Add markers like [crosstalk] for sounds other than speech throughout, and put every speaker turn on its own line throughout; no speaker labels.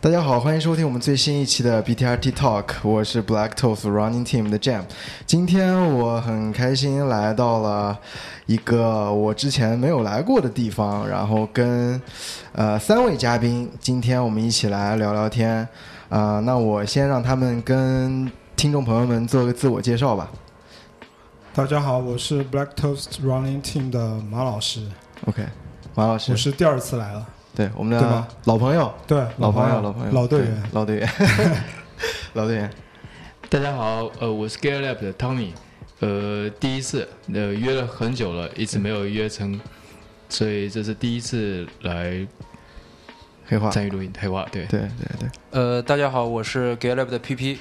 大家好，欢迎收听我们最新一期的 BTRT Talk，我是 Black Toast Running Team 的 Jam。今天我很开心来到了一个我之前没有来过的地方，然后跟呃三位嘉宾，今天我们一起来聊聊天。啊、那我先让他们跟听众朋友们做个自我介绍吧。
大家好，我是 Black Toast Running Team 的马老师，
OK，马老师
我，是第二次来了，
对我们
对
的
吧
老朋友，
对，
老朋友，
友，
老朋友，
老队
对
员，
老队员，老队员。
大家好，呃，我是 Scale Lab 的 Tommy，呃，第一次，呃，约了很久了，一直没有约成，所以这是第一次来
黑化，对
参与录音对话，对，
对对，
呃，大家好，我是 GitLab 的 PP，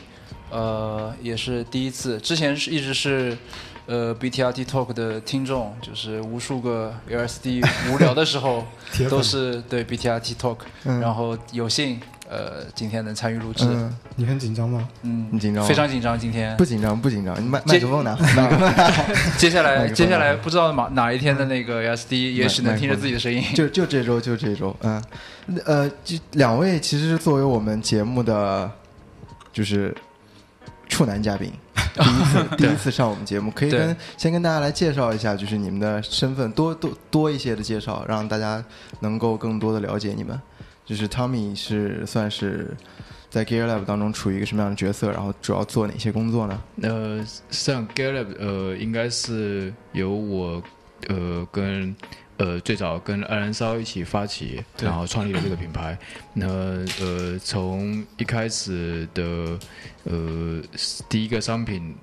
呃，也是第一次，之前是一直是呃 BTRT Talk 的听众，就是无数个
[laughs]
LSD 无聊的时候
铁粉
都是对 BTRT Talk，、
嗯
然后有幸呃今天能参与录制，
嗯，
你很紧张吗？
嗯，
你紧张吗
非常紧张，今天
不紧张不紧张，你麦
这
麦克
[laughs]
风拿，麦克风
接下
麦克
来
风
接下来不知道哪哪一天的那个 LSD，也许能听着自己的声音，
就就这周就这周，嗯，呃，就两位其实是作为我们节目的就是处男嘉
[laughs]
宾，第一次第一次上我们节目，可以
对
跟先跟大家来介绍一下，就是你们的身份，多多多一些的介绍，让大家能够更多的了解你们。就是 Tommy 是算是在 Gear Lab 当中处于一个什么样的角色，然后主要做哪些工作呢？
呃，像 Scale Lab，呃，应该是由我，呃，跟呃最早跟艾燃烧一起发起，
对
然后创立了这个品牌。那呃，从一开始的呃第一个商品，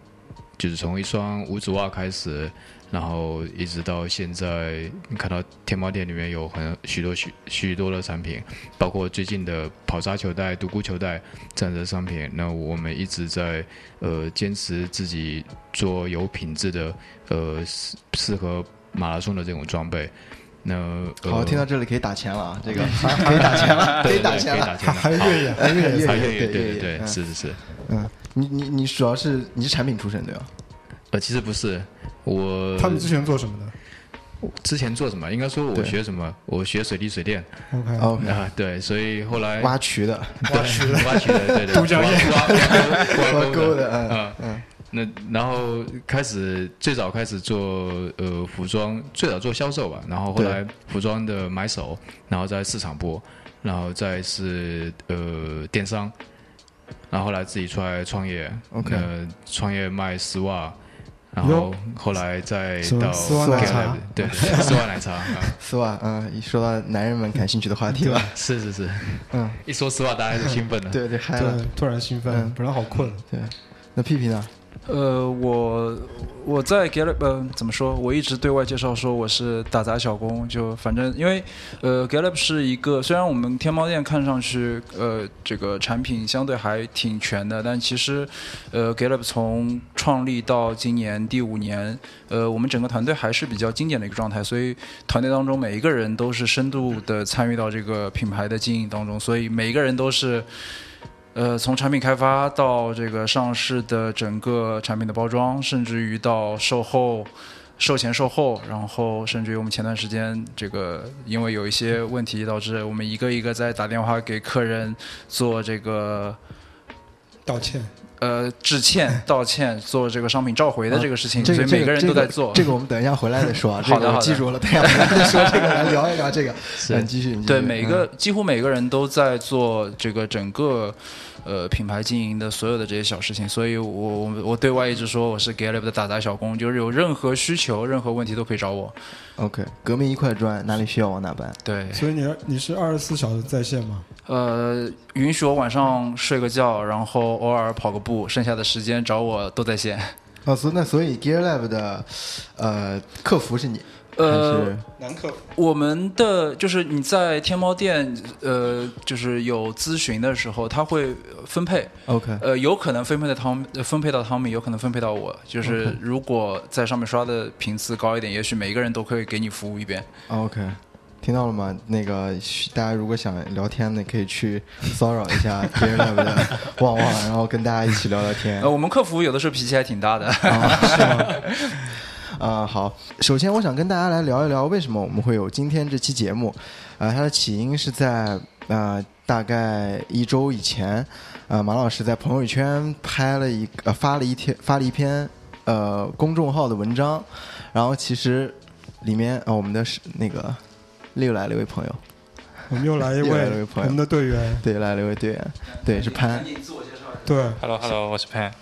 就是从一双五指袜开始，然后一直到现在，你看到天猫店里面有很许多许许多的产品，包括最近的跑沙球带、独孤球带这样的商品。那我们一直在呃坚持自己做有品质的呃适适合马拉松的这种装备。那、呃、
好，听到这里可以打钱了啊，这
[laughs]
个
还
可以
还
打钱了，可
对
以
对对
打钱
可
[laughs]
以
了。
打钱
还
了，
还
好
越野，还越
[laughs]
越
还
野
野，
越野，
对
对
越野
对
嗯
对，是是是。
嗯，你你你主要是你是产品出身对吧？
呃，其实不是，我
他们之前做什么的
之前做什么？应该说我
对
学什么？我学水利水电
？OK，
嗯
哦，
啊，对，所以后来
挖渠的，
挖渠的，挖渠的，对对，
都江堰
挖
挖
挖挖
沟
沟
的，嗯
嗯
嗯，
那然后开始最早开始做呃服装，最早做销售吧，然后后来服装的买手，然后在市场部，然后再是呃电商，然后后来自己出来创业
OK
呃创业卖丝袜，然后
哟
后来再
什么
到
丝袜奶
Galab，
茶
对，对丝袜奶茶，啊
丝袜，嗯，一说到男人们感兴趣的话题了，
是是是，
嗯，
一说丝袜大家就兴奋了，
[laughs] 对对，嗨了
对，，突然兴奋
嗯，
本来好困，
对。那屁屁呢？
呃，我我在 Gallup，呃，怎么说？我一直对外介绍说我是打杂小工，就反正因为呃，Gallup 是一个虽然我们天猫店看上去呃这个产品相对还挺全的，但其实呃 Gallup 从创立到今年第五年，呃，我们整个团队还是比较精简的一个状态，所以团队当中每一个人都是深度的参与到这个品牌的经营当中，所以每一个人都是。呃，从产品开发到这个上市的整个产品的包装，甚至于到售后、售前、售后，然后甚至于我们前段时间这个因为有一些问题，导致我们一个一个在打电话给客人做这个
道歉。
呃
[laughs]
致歉、道歉，做这个商品召回的这个事情，
啊这个
所以每个人都在做。
这个这个我们等一下回来再说
[laughs]
啊。
好
这
的
个我
好的
记住了，等一下回来再说
[laughs]
这个，来聊一聊这个。嗯，你继续，你继续
对，每个几乎每个人都在做这个整个呃品牌经营的所有的这些小事情，所以我我我对外一直说我是 Gallup 的打杂小工，就是有任何需求、任何问题都可以找我。
嗯 OK，革命一块砖，哪里需要往哪搬。
对，
所以你你是二十四小时在线吗？
呃，允许我晚上睡个觉，然后偶尔跑个步，剩下的时间找我都在线。
哦，所以那所以 Gear Lab 的呃客服是你，
呃
还是
男客
我们的就是你在天猫店呃，就是有咨询的时候，他会分配。
OK
呃，有可能分配到汤，呃分配到汤米，有可能分配到我。就是如果在上面刷的频次高一点，也许每一个人都可以给你服务一遍。
哦 OK，听到了吗？那个嘘大家如果想聊天的，可以去骚扰一下 Gear Lab 的旺旺，然后跟大家一起聊聊天。
呃，我们客服有的时候脾气还挺大的。
啊、好，首先我想跟大家来聊一聊为什么我们会有今天这期节目，啊、它的起因是在呃大概一周以前，呃，马老师在朋友圈拍了一呃发了一天发了一篇呃公众号的文章，然后其实里面呃我们的是那个又来了一位朋友，
我们又来一
又来
位
了一位朋
我
友
们的队员，
对，来了一位队员，对，是潘。
对，
Hello Hello，我是潘。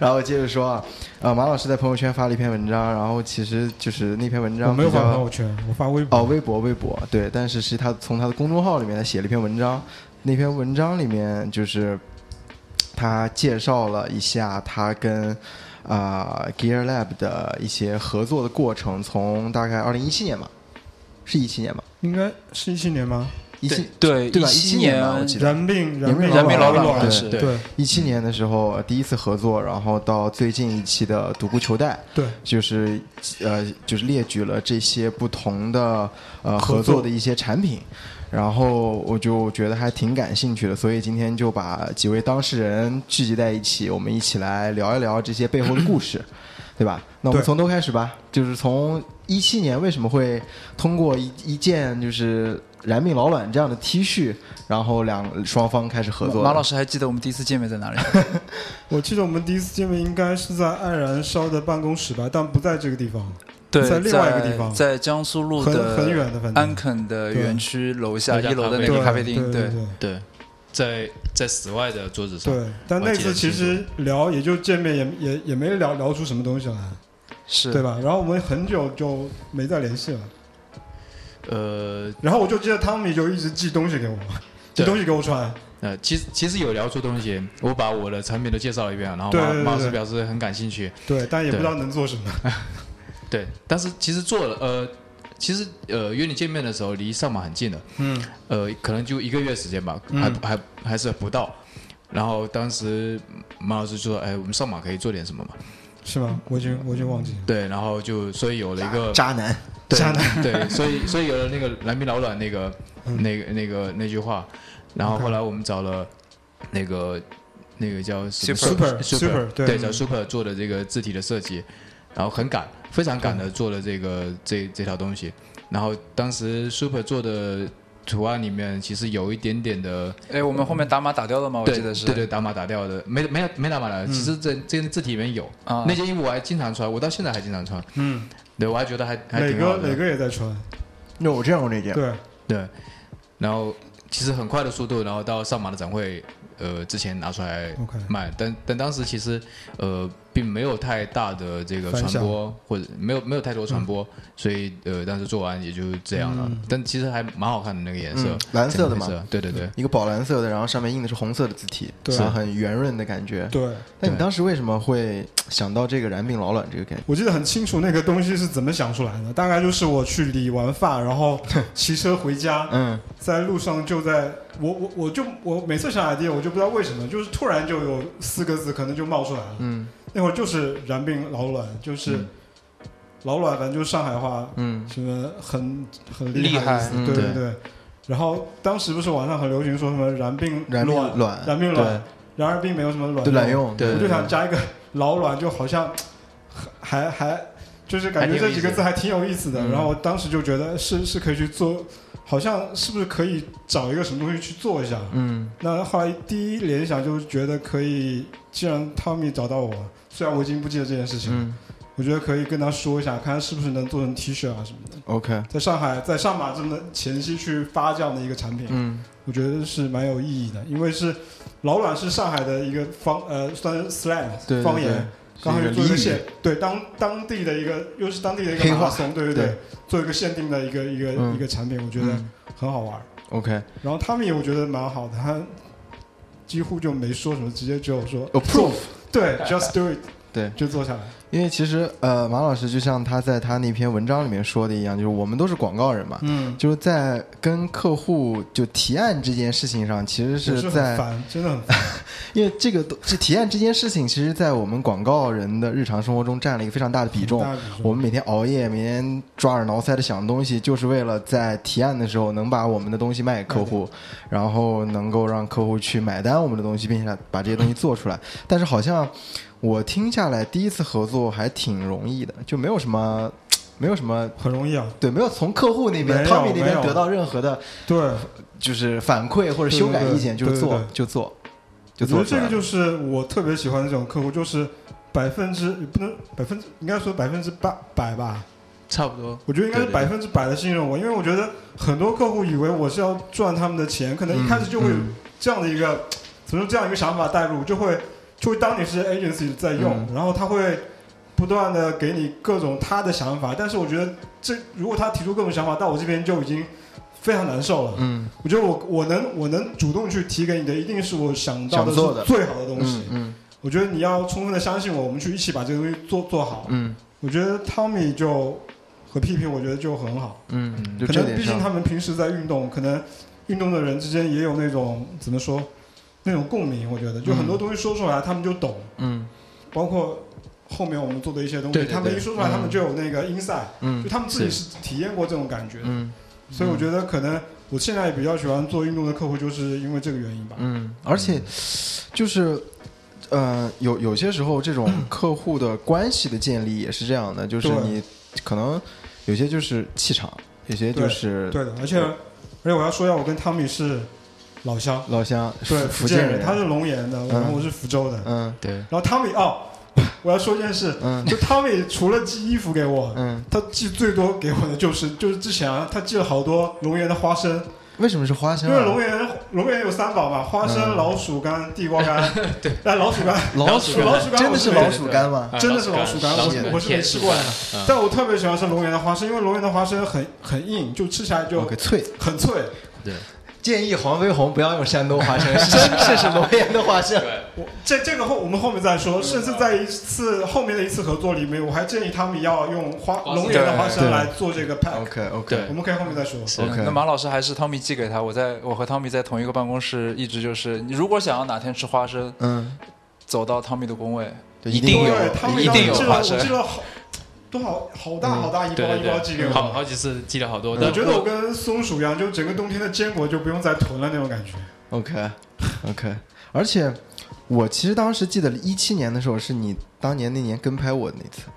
然后接着说啊，呃，马老师在朋友圈发了一篇文章，然后其实就是那篇文章
我没有
比较
发朋友圈，我发微博。
哦，微博微博对，但是是他从他的公众号里面，他写了一篇文章，那篇文章里面就是他介绍了一下他跟啊、Gear Lab 的一些合作的过程，从大概二零一七年吧，是一七年吧，
应该是一七年吗？
一七
对
对吧？一
17
七
年
吧，我记得
燃病
人民
病
人民
老
老卵
卵
是
对
对
对
一七年的时候呃第一次合作，然后到最近一期的独孤求带，
对
就是呃，就是列举了这些不同的呃
合
合
作
作的一些产品，然后我就觉得还挺感兴趣的，所以今天就把几位当事人聚集在一起，我们一起来聊一聊这些背后的故
[clears throat]
事，对吧？那我们
对
从头开始吧，就是从一七年为什么会通过一一件就是燃命老卵这样的 T 恤，然后两双方开始合作的。
马老师还记得我们第一次见面在哪里？
我记得我们第一次见面应该是在爱燃烧的办公室吧，但不在这个地方，
对，
在另外一个地方
在江苏路
很
的
很远的，反
安
正
肯的
对
园区楼下
楼下
一楼的那
对
个咖啡厅，
对对。
对，在在室外的桌子上，
对，但
我
那
记得
次其
清楚
实聊也就见面，也也也没聊聊出什么东西来，
是
对吧？然后我们很久就没再联系了。
呃，
然后我就记得汤米就一直寄东西给我，寄
对
东西给我穿。
呃，其实其实有聊出东西，我把我的产品都介绍了一遍，然后
对
马
对对
马老师
对
表示很感兴趣，
对，但也不知
对
道能做什么。
对，但是其实做了，呃，其实呃约你见面的时候离上马很近的，
嗯，
呃，可能就一个月时间吧，
嗯
还不还还是不到。然后当时马老师就说：“哎，我们上马可以做点什么嘛
[laughs] 是吗？我已经我已经忘记了？”。
对，然后就所以有了一个
渣男，
对
渣
对，所以所以有了那个蓝皮老卵那个
嗯
那个那个那句话，然后后来我们找了那个那个叫什么
Super- Super，对
对，找 Super 做的这个字体的设计，然后很赶，非常赶的做了这个这这套东西，然后当时 Super 做的图案里面其实有一点点的。
哎，我们后面打码打掉了吗？我
对
记得哦是
对对，打码打掉的，没没没打码
嗯
的。其实这这字体里面有
啊
那，件衣服，我还经常穿，我到现在还经常穿。
嗯，
对，我还觉得还还
磊
挺好
哥
的。
磊哥也在穿。
有这样那件，
对，
对，然后其实很快的速度，然后到上马的展会，呃，之前拿出来
OK
卖，但但当时其实呃，并没有太大的这个
反
传
响嗯
播，或者没有没有太多传播，所以呃，当时做完也就这样了。但其实还蛮好看的那个颜色，
嗯蓝色的
整个
嘛
配色，对对对。
一个宝蓝色的，然后上面印的是红色的字体，
对
然后很圆润的感
嗯
觉。
对，
那你当时为什么会想到这个燃鬓老卵这个概念？
我记得很清楚那个东西是怎么想出来的，大概就是我去理完发，
[laughs]
然后骑车回家，
嗯，
在路上就在我我我就我每次想 idea 我就不知道为什么，就是突然就有四个字可能就冒出来了。
嗯
那会儿就是燃病老卵，就是
嗯
老卵，反正就是上海话，
嗯
什么很很害的
厉
意
害
思，
嗯
对
对
对。然后当时不是网上很流行说什么燃病
燃鬓
卵，
卵，
燃病卵，然而并没有什么
对
卵
对卵
用，
用，
对
我
对
就
对
想加一个老卵，就好像还还就是感觉这几个字还挺有意思的。
嗯
然后我当时就觉得是是可以去做，好像是不是可以找一个什么东西去做一下？
嗯
那后来第一联想就是觉得可以，既然汤米找到我，虽然我已经不记得这件事情了，
嗯
我觉得可以跟他说一下，看是不是能做成 T 恤啊什么的。
，OK，
在上海，在上马这么前夕去发这样的一个产品，
嗯
我觉得是蛮有意义的，因为是老卵是上海的一个方呃，算是 slang
对对
方言，
是
刚好
一个
就做一
俚
个
语
限，对当当地的一个，又是当地的一
黑
个
话
马拉松，对对对，
对
做一个限定的一个一个、
嗯
一个产品，我觉得
嗯
很好玩。
，OK，
然后他们也我觉得蛮好的，他几乎就没说什么，直接只有说
有 proof， [laughs]
对，just do it，
对啊
就做下来，
因为其实呃，马老师就像他在他那篇文章里面说的一样，就是我们都是广告人嘛，
嗯，
就是在跟客户就提案这件事情上，其实
我是
在
很烦，真的很烦，
因为这个都这提案这件事情，其实，在我们广告人的日常生活中占了一个非常大的比重。
大家比说
我们每天熬夜，每天抓耳挠腮的想东西，就是为了在提案的时候能把我们的东西卖给客户，然后能够让客户去买单我们的东西，并且把这些东西做出来。但是好像我听下来，第一次合作还挺容易的，就没有什么没有什么
很容易啊。
对，没有从客户那边、
没有
Tommy 那
没
边
有
得到任何的，
对，
就是反馈或者修改
对对对
意见，就是做
对对对
就做就
我觉
做
得
出
这
来
个
了。
就是我特别喜欢的这种客户，就是百分之不能百分之应该说百分之八百吧，
差不多。
我觉得应该是
对对
百分之百的信任我，因为我觉得很多客户以为我是要赚他们的钱，可能一开始就会有
嗯
这样的一个，怎么说这样一个想法带入，就会就会当你是 agency 在用，
嗯
然后他会不断的给你各种他的想法，但是我觉得这如果他提出各种想法到我这边就已经非常难受了。
嗯
我觉得我我能我能主动去提给你的，一定是我想到的
想做的
是最好的东西
嗯。嗯
我觉得你要充分的相信我，我们去一起把这个东西做做好。
嗯
我觉得 Tommy 就和屁屁，我觉得就很好。
嗯，就
可
这
能
点
毕竟
上，
他们平时在运动，可能运动的人之间也有那种怎么说，那种共鸣。我觉得就很多东西说出来，他们就懂。
嗯
包括后面我们做的一些东西，
对对
他们一
对
说出来，
嗯
他们就有那个 insight，、
嗯
就他们自己是体验过这种感觉。
嗯
所以我觉得可能我现在比较喜欢做运动的客户，就是因为这个原因吧。
嗯，而且就是。呃，有有些时候，这种客户的关系的建立也是这样的，就是
对
你可能有些就是气场，有些就是
对的，而且而且我要说一下，我跟汤米是老乡，
老乡，
对，
福
建
人，啊
他是龙岩的，然后我是福州的。
嗯
对，
然后汤米哦，我要说一件事，
嗯
就汤米除了寄衣服给我，
嗯，
他寄最多给我的就是就是之前啊，他寄了好多龙岩的花生，
为什么是花生
因
啊？
为龙岩龙岩有三宝嘛，花生、
嗯
老鼠干、地
[laughs]
瓜干。对，哎，老鼠干
老
鼠
老鼠干
真的是老鼠干吗？
啊
真的是老鼠干，
老鼠
我是
干
我是没吃过的。
嗯
但我特别喜欢吃龙岩的花生，因为龙岩的花生很很硬，就吃起来就
给脆。
很脆。
对，
建议黄飞鸿不要用山东花生，试试试龙岩的花生。
我这这个后我们后面再说，
嗯
甚至在一次后面的一次合作里面，我还建议他们要用花
花生
龙岩的花
对
生来做这个 pack，
OK
对
OK
我们可以后面再说。
是
OK，
那马老师还是汤米寄给他，我在我和汤米在同一个办公室，一直就是，你如果想要哪天吃花生，
嗯，
走到汤米的工位，
对
一
定
定
有
有
对他们
一定有
当时
花
我记
生。
得好多好好大
嗯
好大一
对
包
对
一包寄给
对，好
我。
好几次寄了好多，
我
但
觉得我跟松鼠一样，就整个冬天的坚果就不用再囤了那种感觉。
OK OK，而且我其实当时记得一七年的时候是你当年那年跟拍我的那次，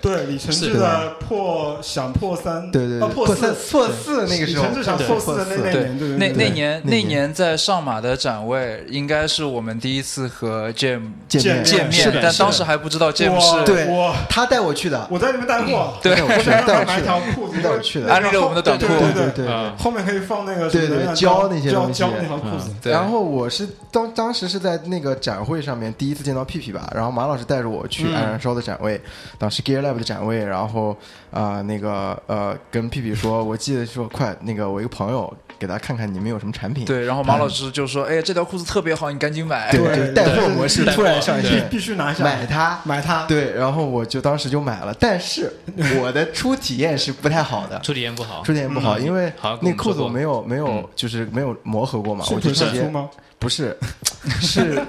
对，李承志
是
的破想破三，
对对
啊
对，
破
破三破四那个时候
李承，志想
对
破四的那
破
那
四
年，对对对
那那
对
年
那年
那年在上马的展位，应该是我们第一次和 Jam
见面
见
见
面
是
面
的，
但
是的
当时还不知道 Jam
我
是
对
我
他带我去的，
我在那边带货，
对
带我去
我
的，
在那
带我
边买
去
一条
的，
裤子，
带我去的
然后
安利了我们的短裤
对
对
对嗯
对
对，
对对。
啊
后面可以放那个
对对胶
胶
那些
胶
东西
胶那条裤子，
嗯
对
然后我是当当时是在那个展会上面第一次见到屁屁吧，然后马老师带着我去
嗯
爱燃烧的展位，当时 Gear Lab 的展位，然后啊那个呃跟屁屁说，我记得说快那个我一个朋友给大家看看你们有什么产品，
对，然后马老师就说：“哎，这条裤子特别好，你赶紧买。”
对
对
就是带货模式
对
突然上
必
线，
必须拿下，
买它。
买它，
对，然后我就当时就买了，但
[laughs]
是我的初体验是不太好的，
处理验不好
初，体验不好，
嗯
因为
好像跟
那
我
裤子
说过
我没有没有
嗯
就是没有磨合过嘛，
是
我就
腿
直
上粗
接
吗？
不是， [laughs] 是，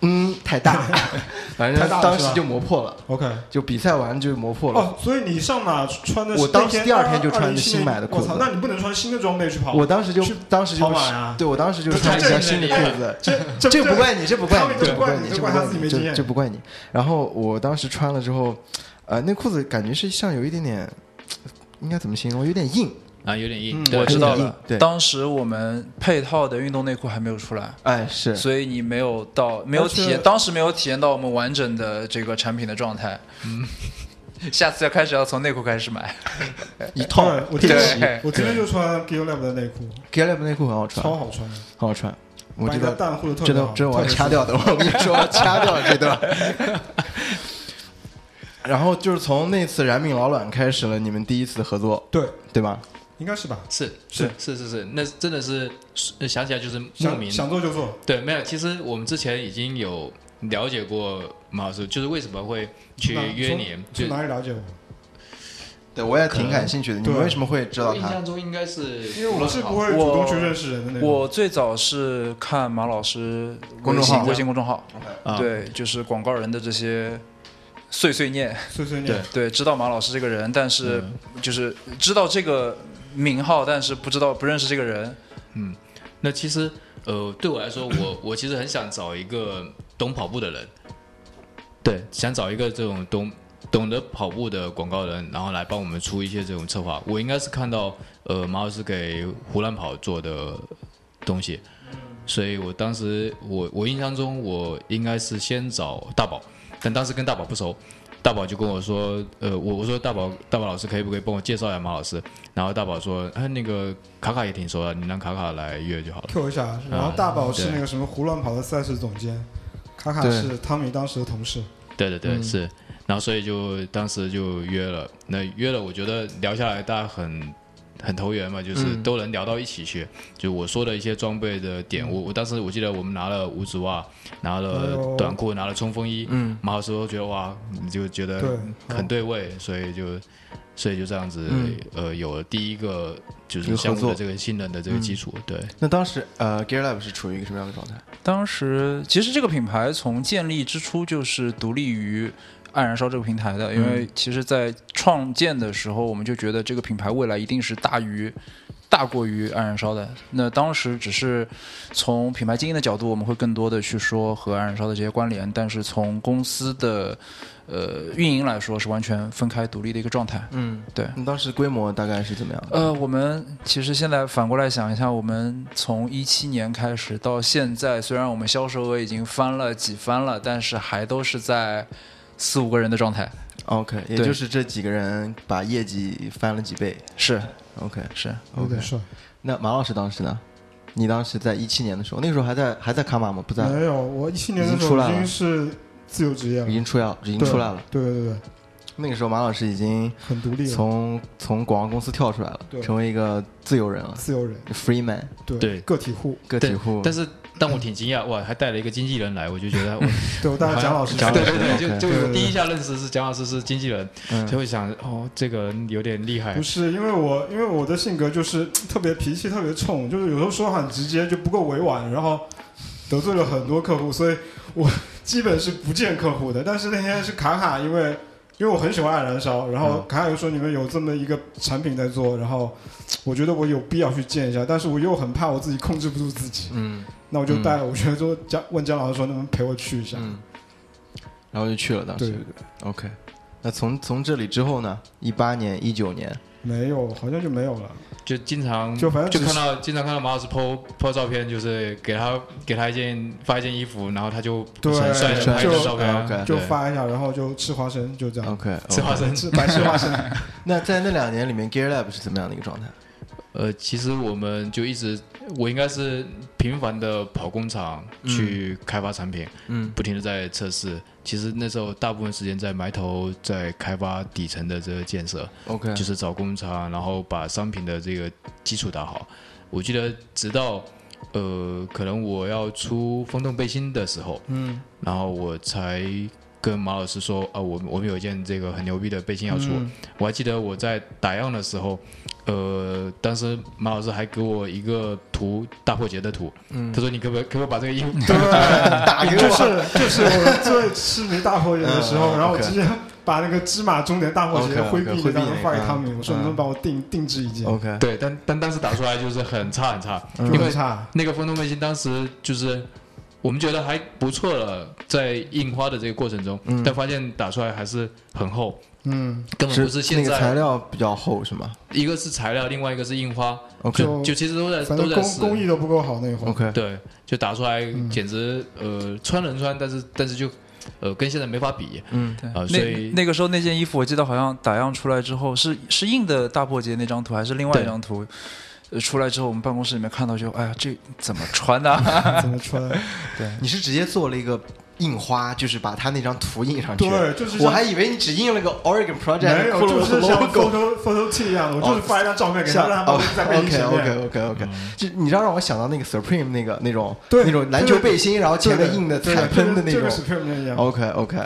嗯，太大，
[laughs]
反
太
正
大了
当
是吧
时就磨破了，
OK，
就比赛完就磨破了。
哦，所以你上哪穿的是那天？
我当时第二天就穿着
2017年
新买的裤子
我操，那你不能穿新的装备去跑。
我当时就
去
当时
跑
就
马呀
对我当时就
这
穿了一
这
条
这
新的裤子，
这
这不怪你，这不怪
他
你
们，
这
都
不
怪
怪
你
你，这
都
不
怪
怪
他自己
你，
没经
这
验
这不怪你。然后我当时穿了之后，呃，那裤子感觉是像有一点点，应该怎么形容？有点硬，
啊，有点硬
嗯，
对
我知道
很有
了
意对。
当时我们配套的运动内裤还没有出来，
哎，是
所以你没有到，没有体
而且
验，当时没有体验到我们完整的这个产品的状态。嗯， [laughs] 下次要开始要从内裤开始买。
一套
对我
配
今
齐。
天
对
我今天就穿 Gear Lab 的内裤，
g a l a b 内裤很好穿，
超
很
好穿，
好穿。我
把
这
你的
个
蛋护的特
这
别
段
好。
这段我要
特别
掐掉的，我跟你说要掐掉这段。 [laughs] 然后就是从那次燃命老卵开始了，你们第一次合作，
对，
对吧？
应该是吧？
是
是
是是是是，那真的是呃想起来就是莫
想
名
想做就做，
对，没有。其实我们之前已经有了解过马老师，就是为什么会去
哪
约
从
你，就
从哪里了解我？
对，我也
可
挺
能
感兴趣的。你
对
们为什么会知道
我印
他？
象中应该是
因为我是不会
我
主动去认识人的那种。
我最早是看马老师
公
微
众号
信微信公众号，
啊，
对，就是广告人的这些碎碎念，
碎碎念，
对，知道马老师这个人，但是
嗯
就是知道这个名号，但是不知道不认识这个人。
那其实呃，对我来说，我我其实很想找一个懂跑步的人，对，想找一个这种懂
懂得跑步的广告人，然后来帮我们出一些这种策划。我应该是看到呃马老师给胡乱跑做的东西，所以我当时我我印象中我应该是先找大宝，但当时跟大宝不熟。大宝就跟我说，呃，我我说大宝，大宝老师可以不可以帮我介绍一下马老师？然后大宝说，哎，那个卡卡也挺熟的，你让卡卡来约就好了。
Q 一下，然后大宝是
对
那个什么胡乱跑的赛事总监，卡卡
对
是汤米当时的同事。
对对对，
嗯
是。然后所以就当时就约了，那约了，我觉得聊下来大家很很投缘嘛，就是
嗯
都能聊到一起去。就我说的一些装备的点，我我当时我记得我们拿了五指袜，拿
哎呦
了短裤，拿了冲锋衣，
嗯，
马老师都觉得哇，你就觉得
对，
很对位，所以就所以就这样子，
嗯
呃，有了第一个就
有
是
合
项目
作
的这个信任的这个基础，对，
那当时呃，Gear Lab 是处于一个什么样的状态？
当时其实这个品牌从建立之初就是独立于爱燃烧这个平台的，因为其实，在创建的时候，我们就觉得这个品牌未来一定是大于。大过于爱燃烧的，那当时只是从品牌经营的角度，我们会更多的去说和爱燃烧的这些关联，但是从公司的呃运营来说，是完全分开独立的一个状态。
嗯，
对，
那当时规模大概是怎么样的？
呃，我们其实现在反过来想一下，我们从一七年开始到现在，虽然我们销售额已经翻了几番了，但是还都是在四五个人的状态。
OK，也
呃对
就是这几个人把业绩翻了几倍。
是
OK
是，
有
OK，
点帅。
那马老师当时呢？你当时在一七年的时候，那个时候还在还在卡玛吗？不在，
没有，我一七年
已
的
经
时候
出来
已
了
经是自由职业了
已，经出来了，已经
对
出来了。
对对对，
那个时候马老师已经
很独立了，
从从广告公司跳出来了，
对
成为一个自由人了
自由人，
，free man
对
对
个体户。
个体户。
但是。但我挺惊讶，哇，还带了一个经纪人来，我就觉得我
对，我当然蒋老师
蒋
对
老师
对对，
OK
就就
对对
我
对
第一下认识是蒋老师是经纪人，
嗯
就会想哦，这个人有点
哎
厉害
不，是因为我，因为我的性格就是特别脾气特别冲，就是有时候说话很直接，就不够委婉，然后得罪了很多客户，所以我基本是不见客户的。但是那天是卡卡，因为因为我很喜欢爱燃烧，
嗯
然后卡卡又说你们有这么一个产品在做，然后我觉得我有必要去见一下，但是我又很怕我自己控制不住自己，
嗯
那我就带，我觉得说江问江老师说能不能陪我去一下，
嗯，然后就去了当时
对。
OK，那从从这里之后呢？一八年、一九年，
没有，好像就没有了，
就经常
嗯
就反正只
就是看到经常看到马老师 po po 照片，就是给他给他一件发一件衣服，然后他就
对
很帅的拍一
就
张照片啊，
OK
就
对
发一下，然后就吃花生，就这样。
OK，, o
吃花生
吃白吃花生，
那在那两年里面，Gear Lab 是怎么样的一个状态？
呃，其实我们就一直，我应该是频繁的跑工厂
嗯
去开发产品，
嗯
不停的在测试。其实那时候大部分时间在埋头在开发底层的这个建设，
，OK，
就是找工厂，然后把商品的这个基础打好。我记得直到呃，可能我要出风洞背心的时候，
嗯，
然后我才跟马老师说啊，我们我们有一件这个很牛逼的背心要出。
嗯
我还记得我在打样的时候，呃，当时马老师还给我一个图，大破节的图，
嗯
他说你可不可以可不可以把这个衣服
[laughs]
对，
打给
[laughs] 就
我
是就是我们最痴迷大火影的时候，
嗯
然后我
OK
直接把那个芝麻终点大火节
OK，OK，
灰币的
灰币
当时发给汤
嗯
米，
哦
我说能不能帮我定定制一件，
[laughs] OK，
对，但但当时打出来就是很差很差，
嗯
就
因
很
为
差。
那个风洞背心当时就是我们觉得还不错了，在印花的这个过程中，
嗯
但发现打出来还是很厚，
嗯，
根本不是现
那个材
在，
料比较厚是吗
一个是材料，另外一个是印花，
？OK
就就其实都在
反
都
正
在
工
试。
工艺都不够好那会儿。
OK，
对，就打出来
嗯
简直、呃穿能穿，但是但是就呃跟现在没法比，
嗯
对
啊所以
那那个时候那件衣服，我记得好像打样出来之后，是是印的大破节那张图，还是另外一张图？呃出来之后，我们办公室里面看到就，哎呀，这怎么穿啊呢、 [laughs]
怎
[laughs]
么穿？
你是直接做了一个印花，就是把他那张图印上去。
对，就是
我
像
还以为你只印了个 Oregon
没
Project 骷
有，就
髅
是像
logo。哦
photo photo T 一样的，我就是发一张照片给他，
像
让他
哦
帮我在背
，OK
景前
OK
面。嗯
OK OK，就你知道让我想到那个 Supreme 那个那种
对
那种篮球背心，然后前面印的
对
彩喷的那种
这
哦
个。是 p r e m i 一样。
OK OK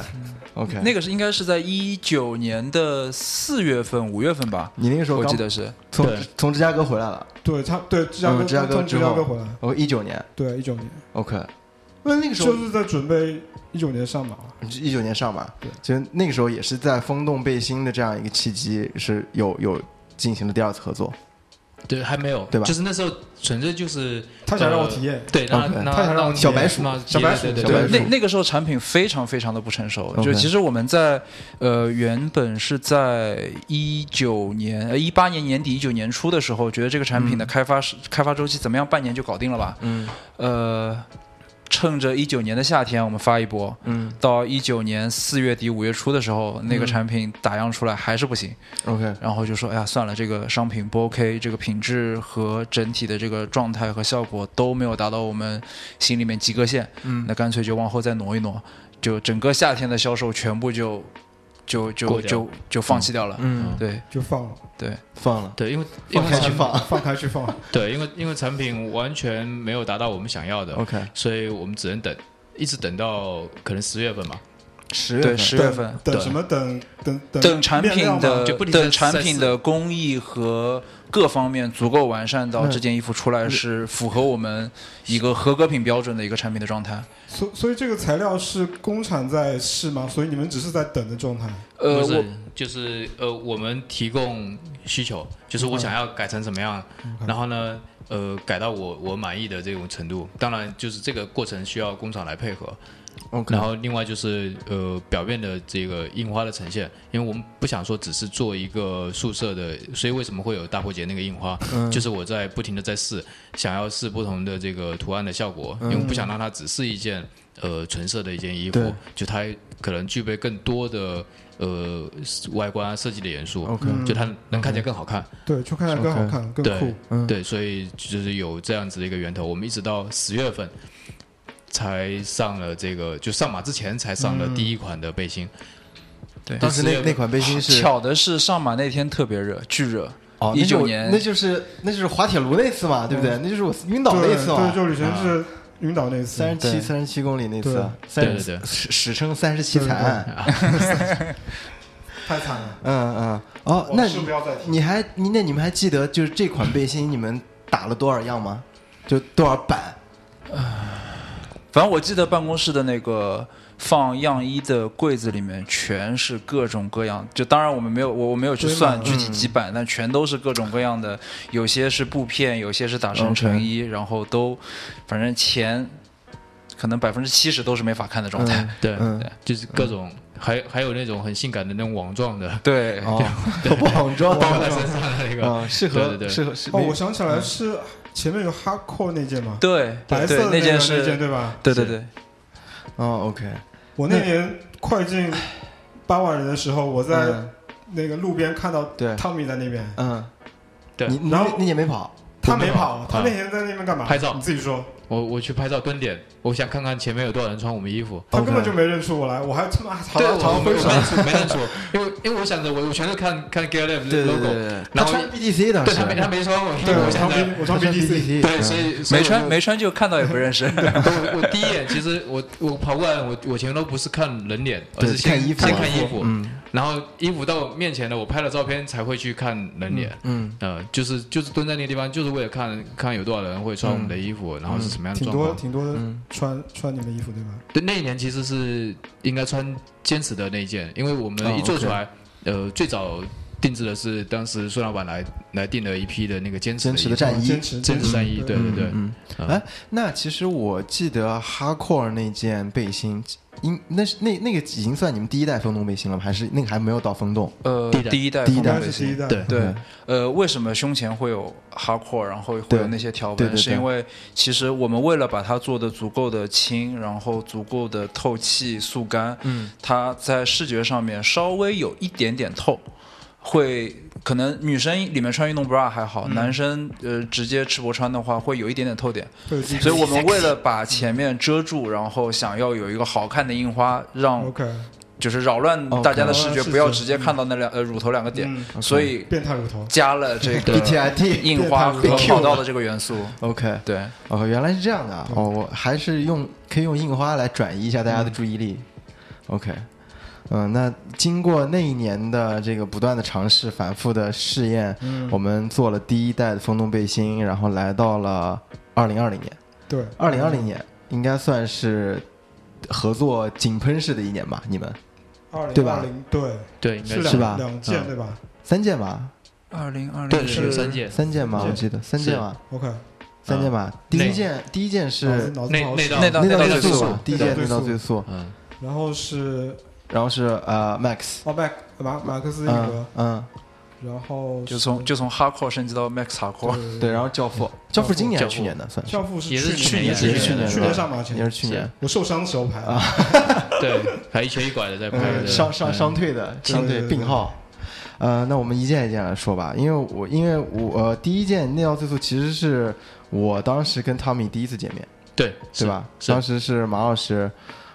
OK，
那个是应该是在一九年的四月份、五月份吧，
你那个时候
我记
刚
得是。
从
对
从芝加哥回来了，
对，他对芝加哥，
嗯芝加哥
从
之
芝加
后
哥回来，
哦，一九年
对，一九年，
OK，那那个时候
就是在准备一九年上马。
一九年上吧
对，
就那个时候也是在风洞背心的这样一个契机，是有有进行了第二次合作。
对，还没有，
对吧
就是那时候纯粹就是
他想让我体
呃
验，
对，让
OK
让
他想让我
你
小白鼠
嘛
小白鼠
对对
小白
对
鼠
对
那那个时候产品非常非常的不成熟
OK
就其实我们在呃原本是在一九年呃一八年年底一九年初的时候，觉得这个产品的开发是、开发周期怎么样，半年就搞定了吧？
嗯
呃，趁着一九年的夏天我们发一波，
嗯
到一九年四月底五月初的时候，那个
嗯
产品打样出来还是不行，
，OK，
然后就说哎呀算了，这个商品不 OK，这个品质和整体的这个状态和效果都没有达到我们心里面及格线，
嗯
那干脆就往后再挪一挪，就整个夏天的销售全部就就就
过掉
就就放弃掉了。
嗯，
对
就放了，
对，
放了，
对，因为因
放
为
开去
产
放
放开去放。
对，因为因为产品完全没有达到我们想要的，
，OK，
所以我们只能等，一直等到可能十月份吧。
[laughs] 十月
对，
份，
十
等
月份
等
对
什么等等等
等产
面
品
料吗
的
就不停地
等产
在
品
试
的工艺和各方面足够完善到
嗯
这件衣服出来是符合我们一个合格品标准的一个产品的状态。
所所以这个材料是工厂在试吗？所以你们只是在等的状态。
呃，
不是
我
就是呃，我们提供需求，就是我想要改成怎么样，
嗯
然后呢，呃，改到我我满意的这种程度。当然，就是这个过程需要工厂来配合。
，OK，
然后另外就是呃，表面的这个印花的呈现，因为我们不想说只是做一个宿舍的，所以为什么会有大破节那个印花，
嗯
就是我在不停的在试，想要试不同的这个图案的效果，因为我不想让它只是一件呃纯色的一件
嗯
衣
对
服，就它可能具备更多的呃外观啊设计的元素
OK
就它能看起来更好看。
对，就看起来更好
OK
看、更
对
酷。
嗯
对，所以就是有这样子的一个源头，我们一直到十月份才上了这个，就上马之前才上了
嗯
第一款的背心。
对
当时
十月
那
份
那款背心是
巧的是上马那天特别热，巨热，
哦，那就
19年
那就是那就是滑铁卢那次嘛，对不对？那就是我晕倒那
对
次嘛
对，，就旅行是晕倒那一次
三。十七、三十七公里那次，
对
三
对对
史史称三十七惨案。
太惨了。
嗯嗯，哦，
往
那
事
你
不要再提
你还你那你们还记得就是这款背心你们打了多少样吗？就多少版？
反正我记得办公室的那个放样衣的柜子里面全是各种各样，就当然我们没有我我没有去
堆满
算
了
具体几版，但全都是各种各样的，有些是布片，有些是打成成衣，然后都反正前可能百分之七十都是没法看的状态。
对，
嗯，
就是各种，还还有那种很性感的那种网状的，
[laughs] 对，
哦，网装，
包 [laughs] 在身上的那个。
嗯，适
对
合
对对
适合是
哦，我想起来是前面有 hardcore 那件嘛，
对，
白色
对
的
那件
个
是，
那件对吧？
对对对，
哦，OK，
我那年快进八万人的时候，我在
嗯
那个路边看到
对
汤米在那边，
嗯，
对
你你
然后
那那年没跑，
他
没
没
跑
跑，他
啊
那天在那边干嘛？
拍照
你自己说，
我我去拍照蹲点，我想看看前面有多少人穿我们衣服。
他
OK
根本就没认出我来，我还他妈好
对，我
好
我没
挥手。
认出，没认出，因为因为我想着我我全是看看 g a l a b
对对
logo，
对对，他
然后
穿 BTC 当
对
时，
他没他没穿我，
对，
我
我
想
穿
着
B，我
他
穿 BDC，
BTC，
对，所以所以
没
我
穿
就
没穿就看到也不认识。
我我第一眼其实我我跑过来，我我前面都不是看人脸，而
对
是先
看衣服
先看衣服，
嗯
然后衣服到我面前了，我拍了照片才会去看人脸。
嗯，
呃，就是就是蹲在那个地方，就是为了看看有多少人会穿我们的衣服，然后是什么样的
挺
状
多
况。
挺多的
嗯
穿穿你们衣服对吧？
对，那一年其实是应该穿坚持的那一件，因为我
哦
们一做出来，呃，最早定制的是当时孙老板来来定了一批的那个坚持
坚
的
持
衣
的
服，
战衣，
坚持
坚持战衣，对对对，
嗯，
嗯
哎，那其实我记得 Hardcore 那件背心，应那是那那个已经算你们第一代风洞背心了吗？还是那个还没有到风洞？
[laughs] 呃，
第一代
第一代
第一
应
风
代
格
该
类
是
型
第一代，
对
嗯
对，呃，为什么胸前会有 hardcore，然后会
对
有那些条
对对
纹？是
对
因为其实我们为了把它做的足够的轻，然后足够的透气速干，
嗯，
它在视觉上面稍微有一点点透，会可能女生里面穿运动 bra 还
嗯
好，男生呃直接赤膊穿的话会有一点点透点，
对，对
嗯
所以我们为了把前面遮住，然后想要有一个好看的印花，让
OK，
就是扰乱
哦
大家的
扰
视
乱
觉，
视
不要
觉
直
嗯
接看到那两呃乳头两个点
嗯，
所以
变态乳头。
加了这个
BTIT
印花
变
和
态
跑道的这个元素。
OK，
对，
哦，原来是这样的啊！哦，我还是用可以用印花来转移一下大家的注意力。OK，嗯、那经过那一年的这个不断的尝试、反复的试验，嗯
嗯
我们做了第一代的风洞背心，然后来到了二零二零年。
对，
二零二零年应该算是合作井喷式的一年吧？你们
二零
对吧
二零对，
对，应该
是
是
啊是吧
两两件对吧？
三件吧？
二零二
对
零
是三件，
三件吧，
三
我
件啊
记得三件吧，
OK，
三件吧。第一件，第一件
脑
是
子脑子
内
好
内
使
道
内道
内道
内道
最
最
速
速，
第一
内
件
道
内道
最
最速，
嗯，
然后是
然后是呃 Max，
奥麦克马马克思一
嗯
格，
嗯，
然后
就是从就从 hardcore 升级到 max hardcore，
对，然后教父，嗯教父是今年还是去年的算是
教，父是
也是
去
去
年
年
也是去年
去
对
年上马前
也是去年，
我受伤的时候拍的，
对，还一瘸一拐的在拍
嗯，
的，
伤伤伤退的伤
对
退
对
病
对
号。呃，那我们一件一件来说吧，因为我因为我呃第一件内道最速其实是我当时跟汤米第一次见面，
对
对？吧？
是
当时是马老师，